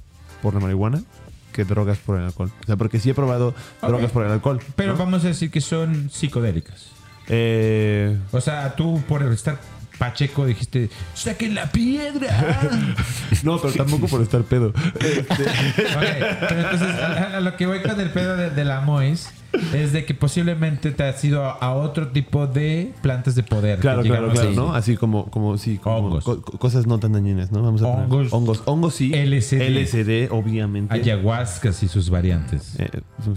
Speaker 3: por la marihuana que drogas por el alcohol. O sea, porque sí he probado drogas por el alcohol.
Speaker 1: Pero
Speaker 3: ¿no?
Speaker 1: vamos a decir que son psicodélicas.
Speaker 3: Eh,
Speaker 1: O sea, tú por estar pacheco dijiste, ¡saquen la
Speaker 3: <laughs>
Speaker 1: piedra!
Speaker 3: no, pero tampoco por estar pedo. Este, <laughs>
Speaker 1: Ok, pero entonces a, a lo que voy con el pedo de, de la Mois es de que posiblemente te has ido a, a otro tipo de plantas de poder.
Speaker 3: Claro,
Speaker 1: que
Speaker 3: claro,
Speaker 1: llegamos
Speaker 3: claro,
Speaker 1: ahí.
Speaker 3: ¿no? Así como, como sí, como
Speaker 1: Hongos.
Speaker 3: co- co- cosas no tan dañinas, ¿no? Vamos a poner-
Speaker 1: Hongos.
Speaker 3: hongos. Hongos sí.
Speaker 1: LSD.
Speaker 3: LSD, obviamente.
Speaker 1: Ayahuascas y sus variantes.
Speaker 3: Eh,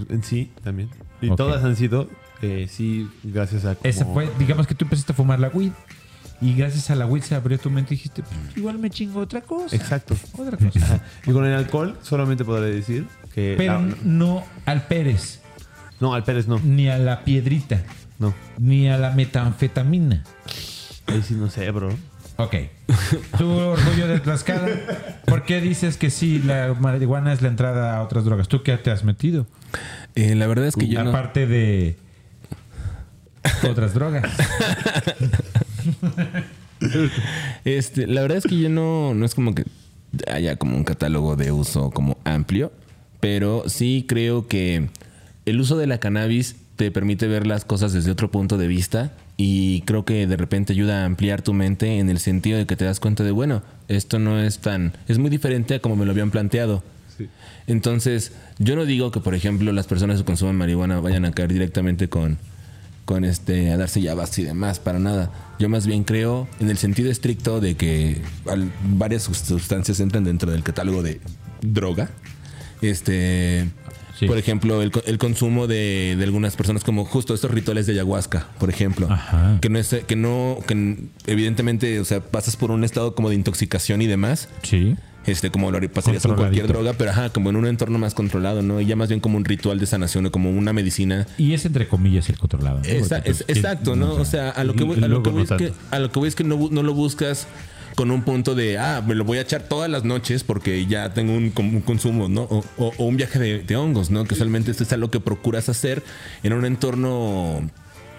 Speaker 3: en sí, también. Y
Speaker 1: Ok.
Speaker 3: todas han sido, eh, sí, gracias a. como-
Speaker 1: Esa fue, digamos que tú empezaste a fumar la weed y gracias a la weed se abrió tu mente y dijiste, "Pues, igual me chingo otra cosa.
Speaker 3: Exacto.
Speaker 1: Otra cosa.
Speaker 3: Ajá. Y con el alcohol solamente podré decir que.
Speaker 1: Pero
Speaker 3: ah,
Speaker 1: no al Pérez,
Speaker 3: no, al Pérez no.
Speaker 1: ni a la piedrita,
Speaker 3: No.
Speaker 1: ni a la metanfetamina.
Speaker 3: Ahí sí no sé, bro.
Speaker 1: Ok. Tu orgullo de Tlaxcala. ¿Por qué dices que sí, la marihuana es la entrada a otras drogas? ¿Tú qué te has metido?
Speaker 2: Eh, la verdad es que yo no.
Speaker 1: Aparte de otras drogas.
Speaker 2: Este, la verdad es que yo no, no es como que haya como un catálogo de uso como amplio, pero sí creo que el uso de la cannabis te permite ver las cosas desde otro punto de vista y creo que de repente ayuda a ampliar tu mente en el sentido de que te das cuenta de, bueno, esto no es tan, es muy diferente a como me lo habían planteado.
Speaker 3: Sí.
Speaker 2: Entonces, yo no digo que, por ejemplo, las personas que consumen marihuana vayan a caer directamente con, con este, a darse llavas y demás, para nada. Yo más bien creo, en el sentido estricto de que al- varias sus- sustancias entran dentro del catálogo de droga, este,
Speaker 1: Sí.
Speaker 2: por ejemplo, el, co- el consumo de, de algunas personas, como justo estos rituales de ayahuasca, por ejemplo,
Speaker 1: Ajá.
Speaker 2: que no es, que no, que n- evidentemente, o sea, pasas por un estado como de intoxicación y demás,
Speaker 1: Sí.
Speaker 2: este como lo haría- pasarías con cualquier droga, pero ajá, como en un entorno más controlado, ¿no? Y ya más bien como un ritual de sanación o como una medicina.
Speaker 1: Y es entre comillas el controlado. ¿no?
Speaker 2: Esa-
Speaker 1: Porque,
Speaker 2: es-
Speaker 1: pues,
Speaker 2: exacto, ¿no? O sea, a lo que voy, a lo
Speaker 1: luego
Speaker 2: que voy
Speaker 1: no
Speaker 2: es que
Speaker 1: tanto.
Speaker 2: a lo que voy es que no, bu- no lo buscas con un punto de, ah, me lo voy a echar todas las noches porque ya tengo un, com- un consumo, ¿no? O, o- o un viaje de, de hongos, ¿no? Que solamente esto es algo que procuras hacer en un entorno...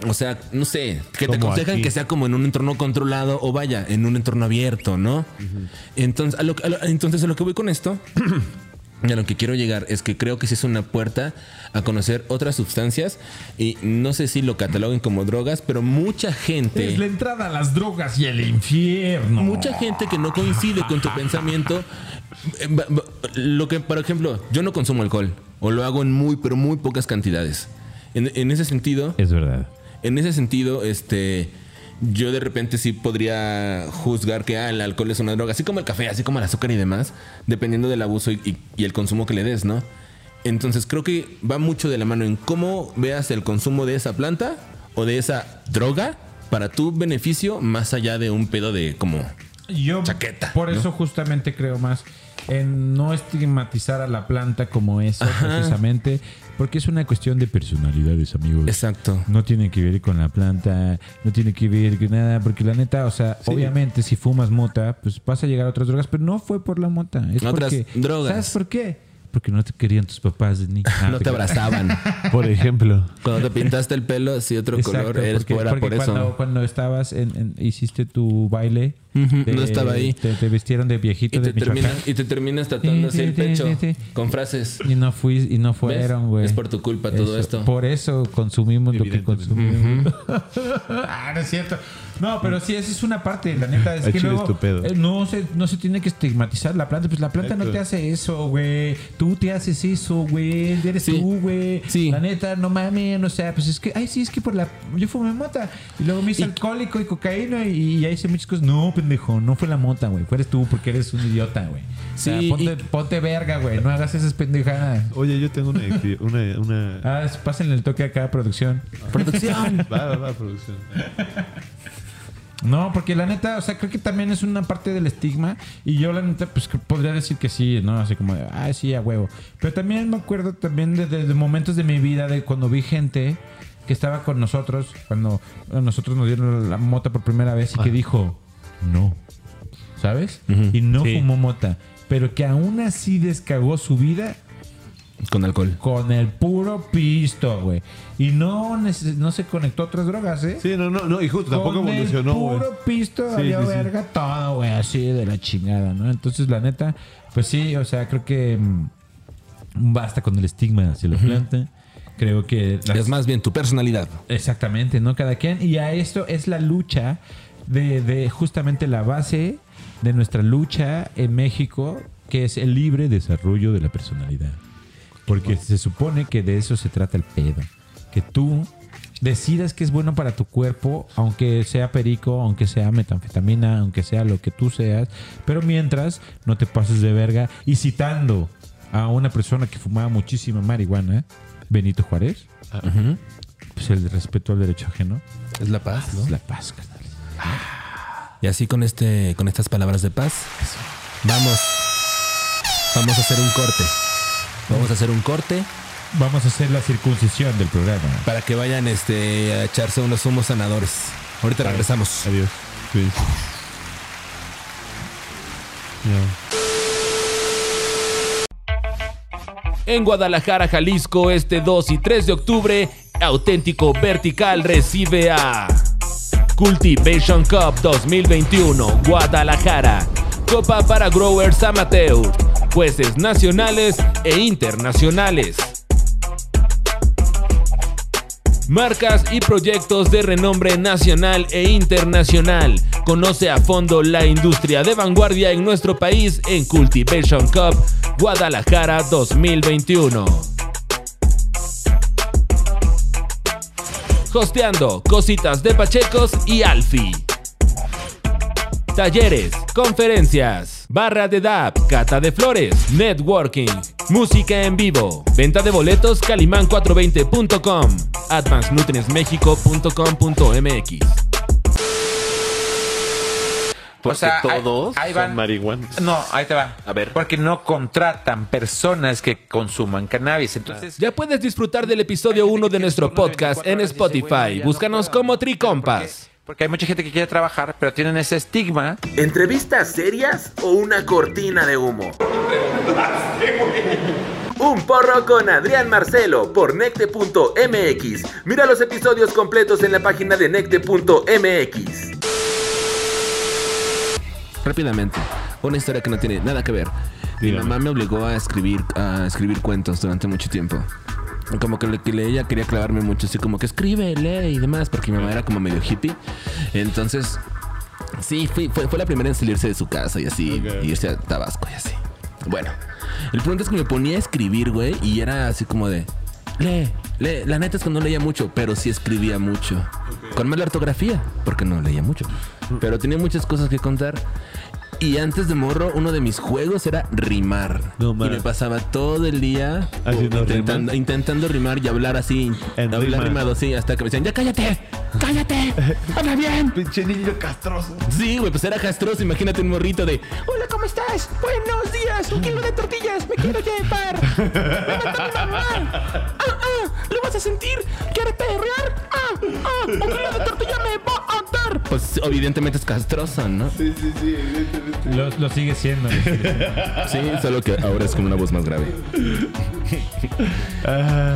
Speaker 2: O sea, no sé, que te
Speaker 3: Como
Speaker 2: aconsejan
Speaker 3: aquí.
Speaker 2: que sea como en un entorno controlado o vaya, en un entorno abierto, ¿no? Entonces, a lo- a lo- entonces, a lo que voy con esto Y a lo que quiero llegar es que creo que sí es una puerta a conocer otras sustancias y no sé si lo cataloguen como drogas, pero mucha
Speaker 1: Es la
Speaker 2: gente,
Speaker 1: entrada a las drogas y el infierno.
Speaker 2: mucha gente que no coincide con tu pensamiento, eh, va- va- lo que, por ejemplo, yo no consumo alcohol o lo hago en muy, pero muy pocas cantidades. En, en ese sentido,
Speaker 1: Es verdad.
Speaker 2: en ese sentido, este, yo de repente sí podría juzgar que ah, el alcohol es una droga, así como el café, así como el azúcar y demás, dependiendo del abuso y, y- y el consumo que le des, ¿no? Entonces creo que va mucho de la mano en cómo veas el consumo de esa planta o de esa droga para tu beneficio, más allá de un pedo de como
Speaker 1: Yo
Speaker 2: Chaqueta,
Speaker 1: por
Speaker 2: ¿no?
Speaker 1: eso justamente creo más en no estigmatizar a la planta como eso
Speaker 2: Ajá.
Speaker 1: precisamente, porque es una cuestión de personalidades, amigos.
Speaker 2: Exacto.
Speaker 1: No tiene que ver con la planta, no tiene que ver con nada, porque la neta, o sea, obviamente si fumas mota, pues vas a llegar a otras drogas, pero no fue por la mota. Es
Speaker 2: Otras
Speaker 1: porque-
Speaker 2: drogas.
Speaker 1: ¿Sabes por qué? Porque no te querían tus papás ni Ah,
Speaker 2: <laughs> No te
Speaker 1: creas.
Speaker 2: abrazaban.
Speaker 3: Por ejemplo.
Speaker 2: Cuando te pintaste el pelo así otro color, eres
Speaker 1: porque,
Speaker 2: fuera
Speaker 1: porque
Speaker 2: por eso.
Speaker 1: Cuando, cuando estabas en, en- hiciste tu baile,
Speaker 2: Ujú, no estaba ahí.
Speaker 1: Te, te vistieron de viejito
Speaker 2: Y
Speaker 1: de
Speaker 2: te, termina,
Speaker 1: Michoacán.
Speaker 2: y te terminas tatuando así el
Speaker 1: Sí, sí, sí,
Speaker 2: pecho
Speaker 1: sí, sí.
Speaker 2: con frases.
Speaker 1: Y no fui y no fueron, güey.
Speaker 2: Es por tu culpa todo
Speaker 1: Eso-
Speaker 2: esto.
Speaker 1: Por eso consumimos lo que
Speaker 3: Evidentemente.
Speaker 1: consumimos. <laughs> ah, no es cierto. No, pero sí, esa es una parte. La neta es
Speaker 3: Al
Speaker 1: que
Speaker 3: Ah, chile
Speaker 1: luego,
Speaker 3: es tu pedo.
Speaker 1: eh, no, se, no se tiene que estigmatizar la planta. Pues la planta no
Speaker 3: Exacto.
Speaker 1: te hace eso, güey. Tú te haces eso, güey. Eres
Speaker 2: Sí.
Speaker 1: tú, güey.
Speaker 2: Sí.
Speaker 1: La neta, no mames. O sea, pues es que, ay, sí, es que por la. Yo fumé mota. Y luego me hice alcohólico y cocaína y, y ahí hice muchas cosas. No, pendejo, no fue la mota, güey. Fueres tú porque eres un idiota, güey. O sea,
Speaker 2: Sí,
Speaker 1: ponte, ponte verga, güey. No hagas esas pendejadas.
Speaker 3: Oye, yo tengo una. una, una...
Speaker 1: Ah, es- pásenle el toque a cada producción.
Speaker 2: Producción.
Speaker 3: Va, va, va, producción.
Speaker 1: No, porque la neta, o sea, creo que también es una parte del estigma. Y yo, la neta, pues que podría decir que sí, ¿no? Así como, de, ah, sí, a huevo. Pero también me acuerdo también de, de- de momentos de mi vida, de cuando vi gente que estaba con nosotros, cuando a nosotros nos dieron la mota por primera vez y que dijo, no. ¿Sabes? Y no fumó mota. Pero que aún así descagó su vida
Speaker 2: <laughs> Con alcohol.
Speaker 1: con el puro pisto, güey. Y no, neces- no se conectó a otras drogas, ¿eh?
Speaker 3: Sí, no, no, no. Y justo, tampoco
Speaker 1: Con el
Speaker 3: evolucionó, güey.
Speaker 1: Puro pisto,
Speaker 3: Sí,
Speaker 1: valió
Speaker 3: sí, sí.
Speaker 1: verga todo, güey, así de la chingada, ¿no? Entonces, la neta, pues sí, o sea, creo que mm, basta con el estigma hacia la planta. Creo que las-
Speaker 2: Es más bien tu personalidad.
Speaker 1: exactamente, ¿no? Cada quien. Y a esto es la lucha de, de justamente la base de nuestra lucha en México, que es el libre desarrollo de la personalidad. Porque se supone que de eso se trata el pedo. Que tú decidas que es bueno para tu cuerpo, aunque sea perico, aunque sea metanfetamina, aunque sea lo que tú seas. Pero mientras, no te pases de verga. Y citando a una persona que fumaba muchísima marihuana, Benito Juárez, pues el respeto al derecho ajeno
Speaker 2: Es la paz,
Speaker 1: es la paz, carnal.
Speaker 2: Y así con este, con estas palabras de paz, vamos, vamos a hacer un corte. Vamos a hacer un corte
Speaker 1: Vamos a hacer la circuncisión del programa.
Speaker 2: para que vayan este, a echarse unos humos sanadores. Ahorita regresamos.
Speaker 3: Adiós. Cuídense. Ya.
Speaker 5: En Guadalajara, Jalisco, este 2 y 3 de octubre, Auténtico Vertical recibe a Cultivation Cup 2021, Guadalajara. Copa para growers amateur, jueces nacionales e internacionales. marcas y proyectos de renombre nacional e internacional. Conoce a fondo la industria de vanguardia en nuestro país en Cultivation Cup Guadalajara 2021. Costeando Cositas de Pachecos y Alfi. Talleres, conferencias, barra de DAP, cata de flores, networking, música en vivo, venta de boletos calimán420.com, advancednutrientsmexico.com.mx.
Speaker 2: Porque
Speaker 6: sea, ahí-
Speaker 2: todos
Speaker 6: ahí
Speaker 2: son
Speaker 6: van.
Speaker 2: marihuanos.
Speaker 6: No, ahí te va.
Speaker 2: A ver.
Speaker 6: Porque no contratan personas que consuman cannabis. Entonces,
Speaker 5: Ya puedes disfrutar del episodio 1 de nuestro podcast en Spotify. Búscanos como
Speaker 2: Ah,
Speaker 5: Tricompas.
Speaker 6: porque hay mucha gente que quiere trabajar, pero tienen ese estigma.
Speaker 7: ¿Entrevistas serias o una cortina de humo? Un porro con Adrián Marcelo por necte.mx. Mira los episodios completos en la página de E necte.mx.
Speaker 2: Rápidamente, una historia que no tiene nada que ver.
Speaker 3: Dígame.
Speaker 2: Mi mamá me obligó a escribir, a escribir cuentos durante mucho tiempo. Como que, le- que le- ella quería clavarme mucho, así como que escribe, lee y demás, porque mi mamá era como medio hippie. Entonces, sí, fui- fue, fue la primera en salirse de su casa y así,
Speaker 3: Ok.
Speaker 2: y irse a Tabasco y así. Bueno, el punto es que me ponía a escribir, güey, y era así como de, lee, lee. La neta es que no leía mucho, pero sí escribía mucho. Con mala ortografía, porque no leía mucho. Pero tenía muchas cosas que contar. Y antes de morro, uno de mis juegos era rimar.
Speaker 3: No
Speaker 2: y
Speaker 3: mames.
Speaker 2: me pasaba todo el día
Speaker 3: Haciendo
Speaker 2: intentando, intentando rimar y hablar así.
Speaker 3: En
Speaker 2: hablar
Speaker 3: rima.
Speaker 2: rimado así, hasta que me decían, ya cállate, cállate, habla bien.
Speaker 3: Pinche niño castroso.
Speaker 2: Sí, güey, pues era castroso. Imagínate un morrito de: Hola, ¿cómo estás? Buenos días, un kilo de tortillas, me quiero llevar. Me mató mi mamá. Ah, ah, lo vas a sentir. ¿Quieres perrear? Ah, ah, un kilo de tortilla me va a dar. Pues evidentemente es castroso, ¿no? Sí,
Speaker 1: Lo, lo sigue
Speaker 2: <laughs>
Speaker 1: siendo.
Speaker 2: solo que ahora es como una voz más grave.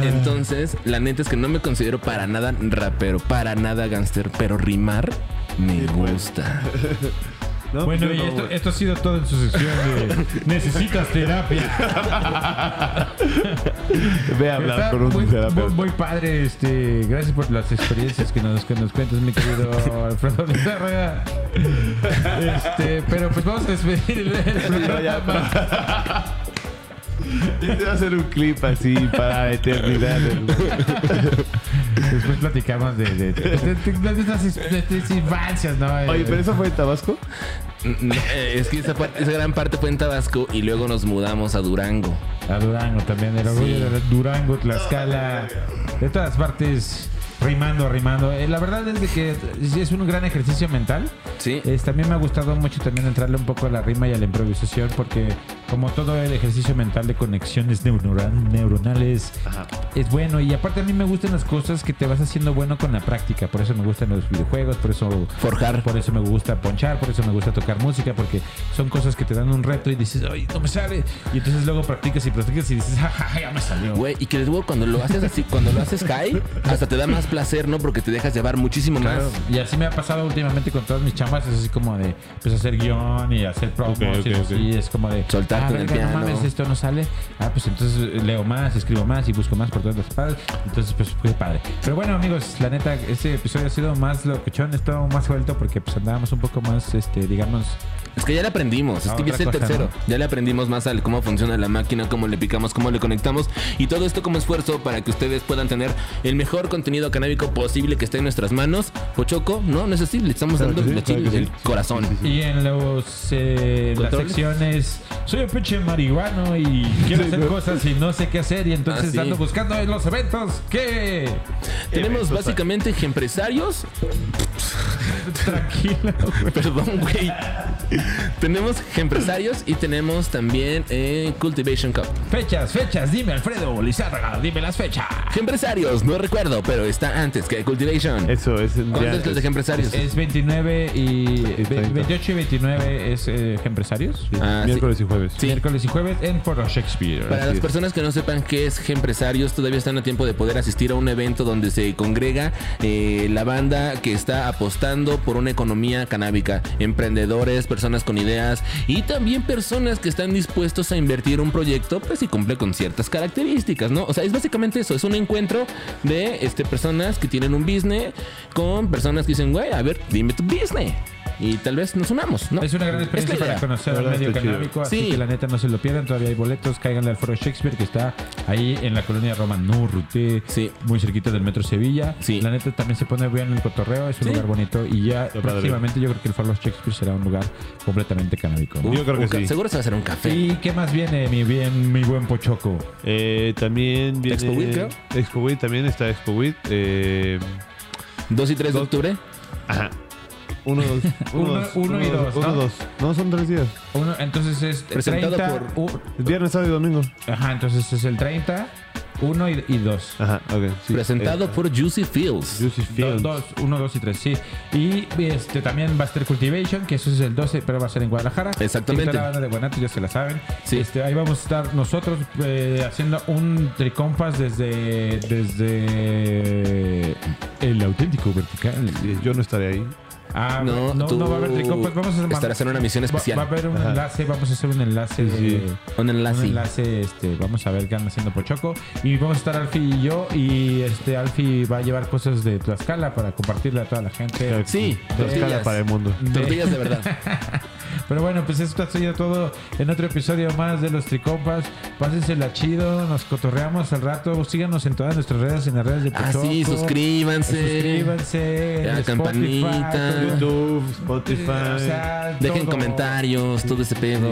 Speaker 2: Entonces, la neta es que no me considero para nada rapero, para nada gangster, pero rimar me gusta.
Speaker 3: No,
Speaker 1: Bueno,
Speaker 3: pues
Speaker 1: y
Speaker 3: yo no,
Speaker 1: esto,
Speaker 3: güey.
Speaker 1: esto ha sido todo en su sección de
Speaker 2: <laughs>
Speaker 1: Necesitas terapia.
Speaker 3: Ve
Speaker 1: Está
Speaker 3: a hablar con un
Speaker 1: muy,
Speaker 3: terapeuta.
Speaker 1: muy- muy padre, este, gracias por las experiencias que nos, que nos cuentas, mi
Speaker 3: <laughs>
Speaker 1: querido Alfredo Lizárraga. Este, pero pues vamos a despedir el, el programa.
Speaker 3: Este va a ser un clip así
Speaker 2: <laughs>
Speaker 3: para la eternidad.
Speaker 1: Después platicamos de, de, de- de- de- de esas- de tus infancias, ¿no?
Speaker 3: Oye, pero
Speaker 1: Eh,
Speaker 3: eso fue en Tabasco.
Speaker 2: Mm, eh, Es que esa, parte- esa gran parte fue en Tabasco y luego nos mudamos a Durango.
Speaker 1: A Eh, Durango también, el orgullo de Durango, Tlaxcala, de todas partes, rimando, rimando. Eh, la verdad es de que es- es un gran ejercicio mental.
Speaker 2: Sí.
Speaker 1: Es, también me ha gustado mucho también entrarle un poco a la rima y a la improvisación porque como todo el ejercicio mental de conexiones neuronal- neuronales es bueno y aparte a mí me gustan las cosas que te vas haciendo bueno con la práctica, por eso me gustan los videojuegos, por eso
Speaker 2: Forjar.
Speaker 1: por eso me gusta ponchar, por eso me gusta tocar música porque son cosas que te dan un reto y dices, "Ay, no me sale." Y entonces luego practicas y practicas y dices, "Ja, ja, ja, ya me salió."
Speaker 2: Güey, y que luego cuando lo haces así, cuando lo haces high, hasta te da más placer, ¿no? Porque te dejas llevar muchísimo
Speaker 1: Claro,
Speaker 2: más.
Speaker 1: Y así me ha pasado últimamente con todas mis chambas, es así como de pues hacer guión y hacer promos
Speaker 3: Ok, ok,
Speaker 1: y
Speaker 3: ok.
Speaker 1: así, es como de
Speaker 2: Soltarte
Speaker 1: ah,
Speaker 2: en el
Speaker 1: verga,
Speaker 2: piano.
Speaker 1: No mames, esto no sale. Ah, pues entonces eh, leo más, escribo más y busco más por todas las partes. Entonces, pues qué padre. Pero bueno, amigos, la neta, este episodio ha sido más locuchón, estaba más suelto porque pues andábamos un poco más, este, digamos,
Speaker 2: Es que ya le aprendimos, es
Speaker 1: Ah,
Speaker 2: que ya
Speaker 1: otra
Speaker 2: es el
Speaker 1: cosa,
Speaker 2: tercero.
Speaker 1: ¿no?
Speaker 2: Ya le aprendimos más al cómo funciona la máquina, cómo le picamos, cómo le conectamos. Y todo esto como esfuerzo para que ustedes puedan tener el mejor contenido canábico posible que esté en nuestras manos. Pochoco, no, no es así, le estamos
Speaker 3: Claro
Speaker 2: dando
Speaker 3: que sí,
Speaker 2: le-
Speaker 3: claro que sí.
Speaker 2: el corazón.
Speaker 1: Y en los, eh, las
Speaker 2: ¿Controles?
Speaker 1: secciones, soy un pinche marihuano y quiero hacer cosas y no sé qué hacer. Y entonces
Speaker 2: Ah, sí.
Speaker 1: ando buscando en los eventos que. <laughs>
Speaker 2: Tenemos básicamente empresarios
Speaker 1: Tranquilo.
Speaker 2: <laughs> Perdón, güey. tenemos empresarios y tenemos también eh, Cultivation Cup.
Speaker 1: Fechas, fechas, dime Alfredo Lizárraga, dime las fechas.
Speaker 2: Empresarios, no recuerdo, pero está antes que Cultivation.
Speaker 3: Eso es el
Speaker 2: ¿Cuándo
Speaker 3: día.
Speaker 2: es los de empresarios?
Speaker 1: Es 29 y.
Speaker 3: Y
Speaker 1: ve-
Speaker 3: 30.
Speaker 1: 28 y 29 es eh, empresarios.
Speaker 2: Ah, sí.
Speaker 3: miércoles y jueves.
Speaker 2: Sí.
Speaker 1: Miércoles y jueves en Foro Shakespeare.
Speaker 2: Para las personas que no sepan qué es Empresarios, todavía están a tiempo de poder asistir a un evento donde se congrega eh, la banda que está apostando abogado por una economía canábica, emprendedores, personas con ideas y también personas que están dispuestos a invertir un proyecto, pues si cumple con ciertas características, ¿no? O sea, es básicamente eso, es un encuentro de este, personas que tienen un business con personas que dicen, güey, a ver, dime tu business. Y tal vez nos unamos, ¿no?
Speaker 1: Es una gran
Speaker 2: la
Speaker 1: experiencia
Speaker 2: idea.
Speaker 1: para conocer el
Speaker 3: verdad
Speaker 1: medio
Speaker 3: está chido.
Speaker 1: canábico, así
Speaker 2: Sí.
Speaker 1: que la neta no se lo pierdan. Todavía hay boletos, cáiganle al Foro Shakespeare que está ahí en la colonia Roma Norte,
Speaker 2: Sí.
Speaker 1: muy cerquita del Metro Sevilla.
Speaker 2: Sí.
Speaker 1: La neta también se pone bien el cotorreo, es un
Speaker 2: Sí.
Speaker 1: lugar bonito y ya
Speaker 3: Está padre.
Speaker 1: próximamente yo creo que el Foro Shakespeare será un lugar completamente canábico. ¿no?
Speaker 3: Yo creo que
Speaker 2: Un ca-
Speaker 3: sí.
Speaker 2: Seguro se va a hacer un café.
Speaker 1: ¿Y qué más viene, mi bien, mi buen Pochoco?
Speaker 3: Eh, también viene...
Speaker 2: Expo Week, creo.
Speaker 3: Expo Week, también está Expo Week. Eh,
Speaker 2: 2 y 3 de
Speaker 3: Dos-
Speaker 2: octubre.
Speaker 3: ajá.
Speaker 1: <laughs>
Speaker 3: Uno, dos,
Speaker 1: Uno-
Speaker 3: dos,
Speaker 1: uno y dos,
Speaker 3: Uno,
Speaker 1: ¿no?
Speaker 3: dos. No, son tres días.
Speaker 1: Uno, entonces es
Speaker 2: Presentado
Speaker 1: 30, u-
Speaker 3: Es Viernes, sábado y domingo.
Speaker 1: ajá, entonces es el 30, 1 y 2.
Speaker 2: Ah,
Speaker 3: Ajá, ok. sí.
Speaker 2: presentado
Speaker 3: Eh,
Speaker 2: por Juicy Fields.
Speaker 3: Juicy Fields.
Speaker 1: 1, 2 y 3, sí. Y este, también va a estar Cultivation, que eso es el 12, pero va a ser en Guadalajara.
Speaker 2: Exactamente.
Speaker 1: Ahí está la banda de Guanato, ya se la saben.
Speaker 2: Sí.
Speaker 1: Este, ahí vamos a estar nosotros eh, haciendo un tricompas desde, desde el auténtico vertical.
Speaker 3: Eh, Yo no estaré ahí.
Speaker 1: Ah, no,
Speaker 2: No,
Speaker 1: no,
Speaker 2: tú
Speaker 1: va a haber tricompas. Vamos a
Speaker 2: estarás en una misión
Speaker 1: va-
Speaker 2: especial.
Speaker 1: Va, a haber un
Speaker 3: Ajá.
Speaker 1: enlace, vamos a hacer un enlace.
Speaker 3: sí.
Speaker 1: de-
Speaker 2: Un
Speaker 1: un
Speaker 2: enlace.
Speaker 1: enlace, este, vamos a ver qué anda haciendo Pochoco. Y vamos a estar Alfi y yo. Y este Alfi va a llevar cosas de Tlaxcala para compartirle a toda la gente.
Speaker 2: Eh, Sí,
Speaker 3: Tlaxcala
Speaker 2: tortillas.
Speaker 3: para el mundo.
Speaker 1: De-
Speaker 2: Tortillas de verdad.
Speaker 1: Pero bueno, pues esto ha sido todo en otro episodio más de Los Tricompas. Pásensela chido, nos cotorreamos al rato. Síganos en todas nuestras redes, en las redes de
Speaker 2: Ah,
Speaker 1: Pochoco.
Speaker 2: sí, suscríbanse.
Speaker 1: Suscríbanse.
Speaker 2: La
Speaker 1: en Spotify,
Speaker 2: campanita.
Speaker 1: todo.
Speaker 3: YouTube,
Speaker 1: O
Speaker 3: Spotify.
Speaker 1: sea,
Speaker 2: Dejen
Speaker 1: todo.
Speaker 2: comentarios, todo ese pedo.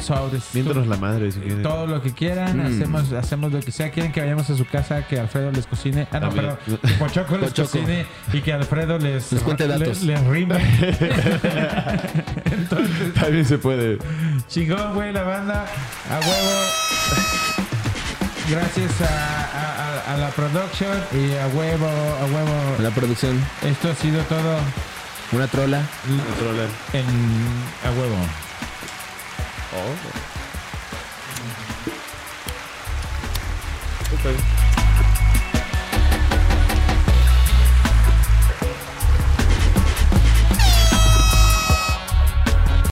Speaker 1: Sobres.
Speaker 3: Miéntanos la madre si quieren.
Speaker 1: eh, Todo lo que quieran,
Speaker 2: Mm.
Speaker 1: hacemos, hacemos lo que sea. Quieren que vayamos a su casa, que Alfredo les cocine. Ah, no,
Speaker 3: También.
Speaker 1: perdón. que Pochoco les
Speaker 2: Pochoco.
Speaker 1: cocine y que Alfredo les,
Speaker 2: Les cuente
Speaker 1: le-
Speaker 2: datos.
Speaker 1: Les,
Speaker 2: <laughs>
Speaker 1: rime. Entonces,
Speaker 3: <laughs> También se puede.
Speaker 1: chingón, güey, la banda. A huevo. Gracias a, a- a- a la production y a huevo, a huevo.
Speaker 2: La producción,
Speaker 1: Esto ha sido todo
Speaker 2: una trola.
Speaker 1: en a huevo.
Speaker 3: Oh.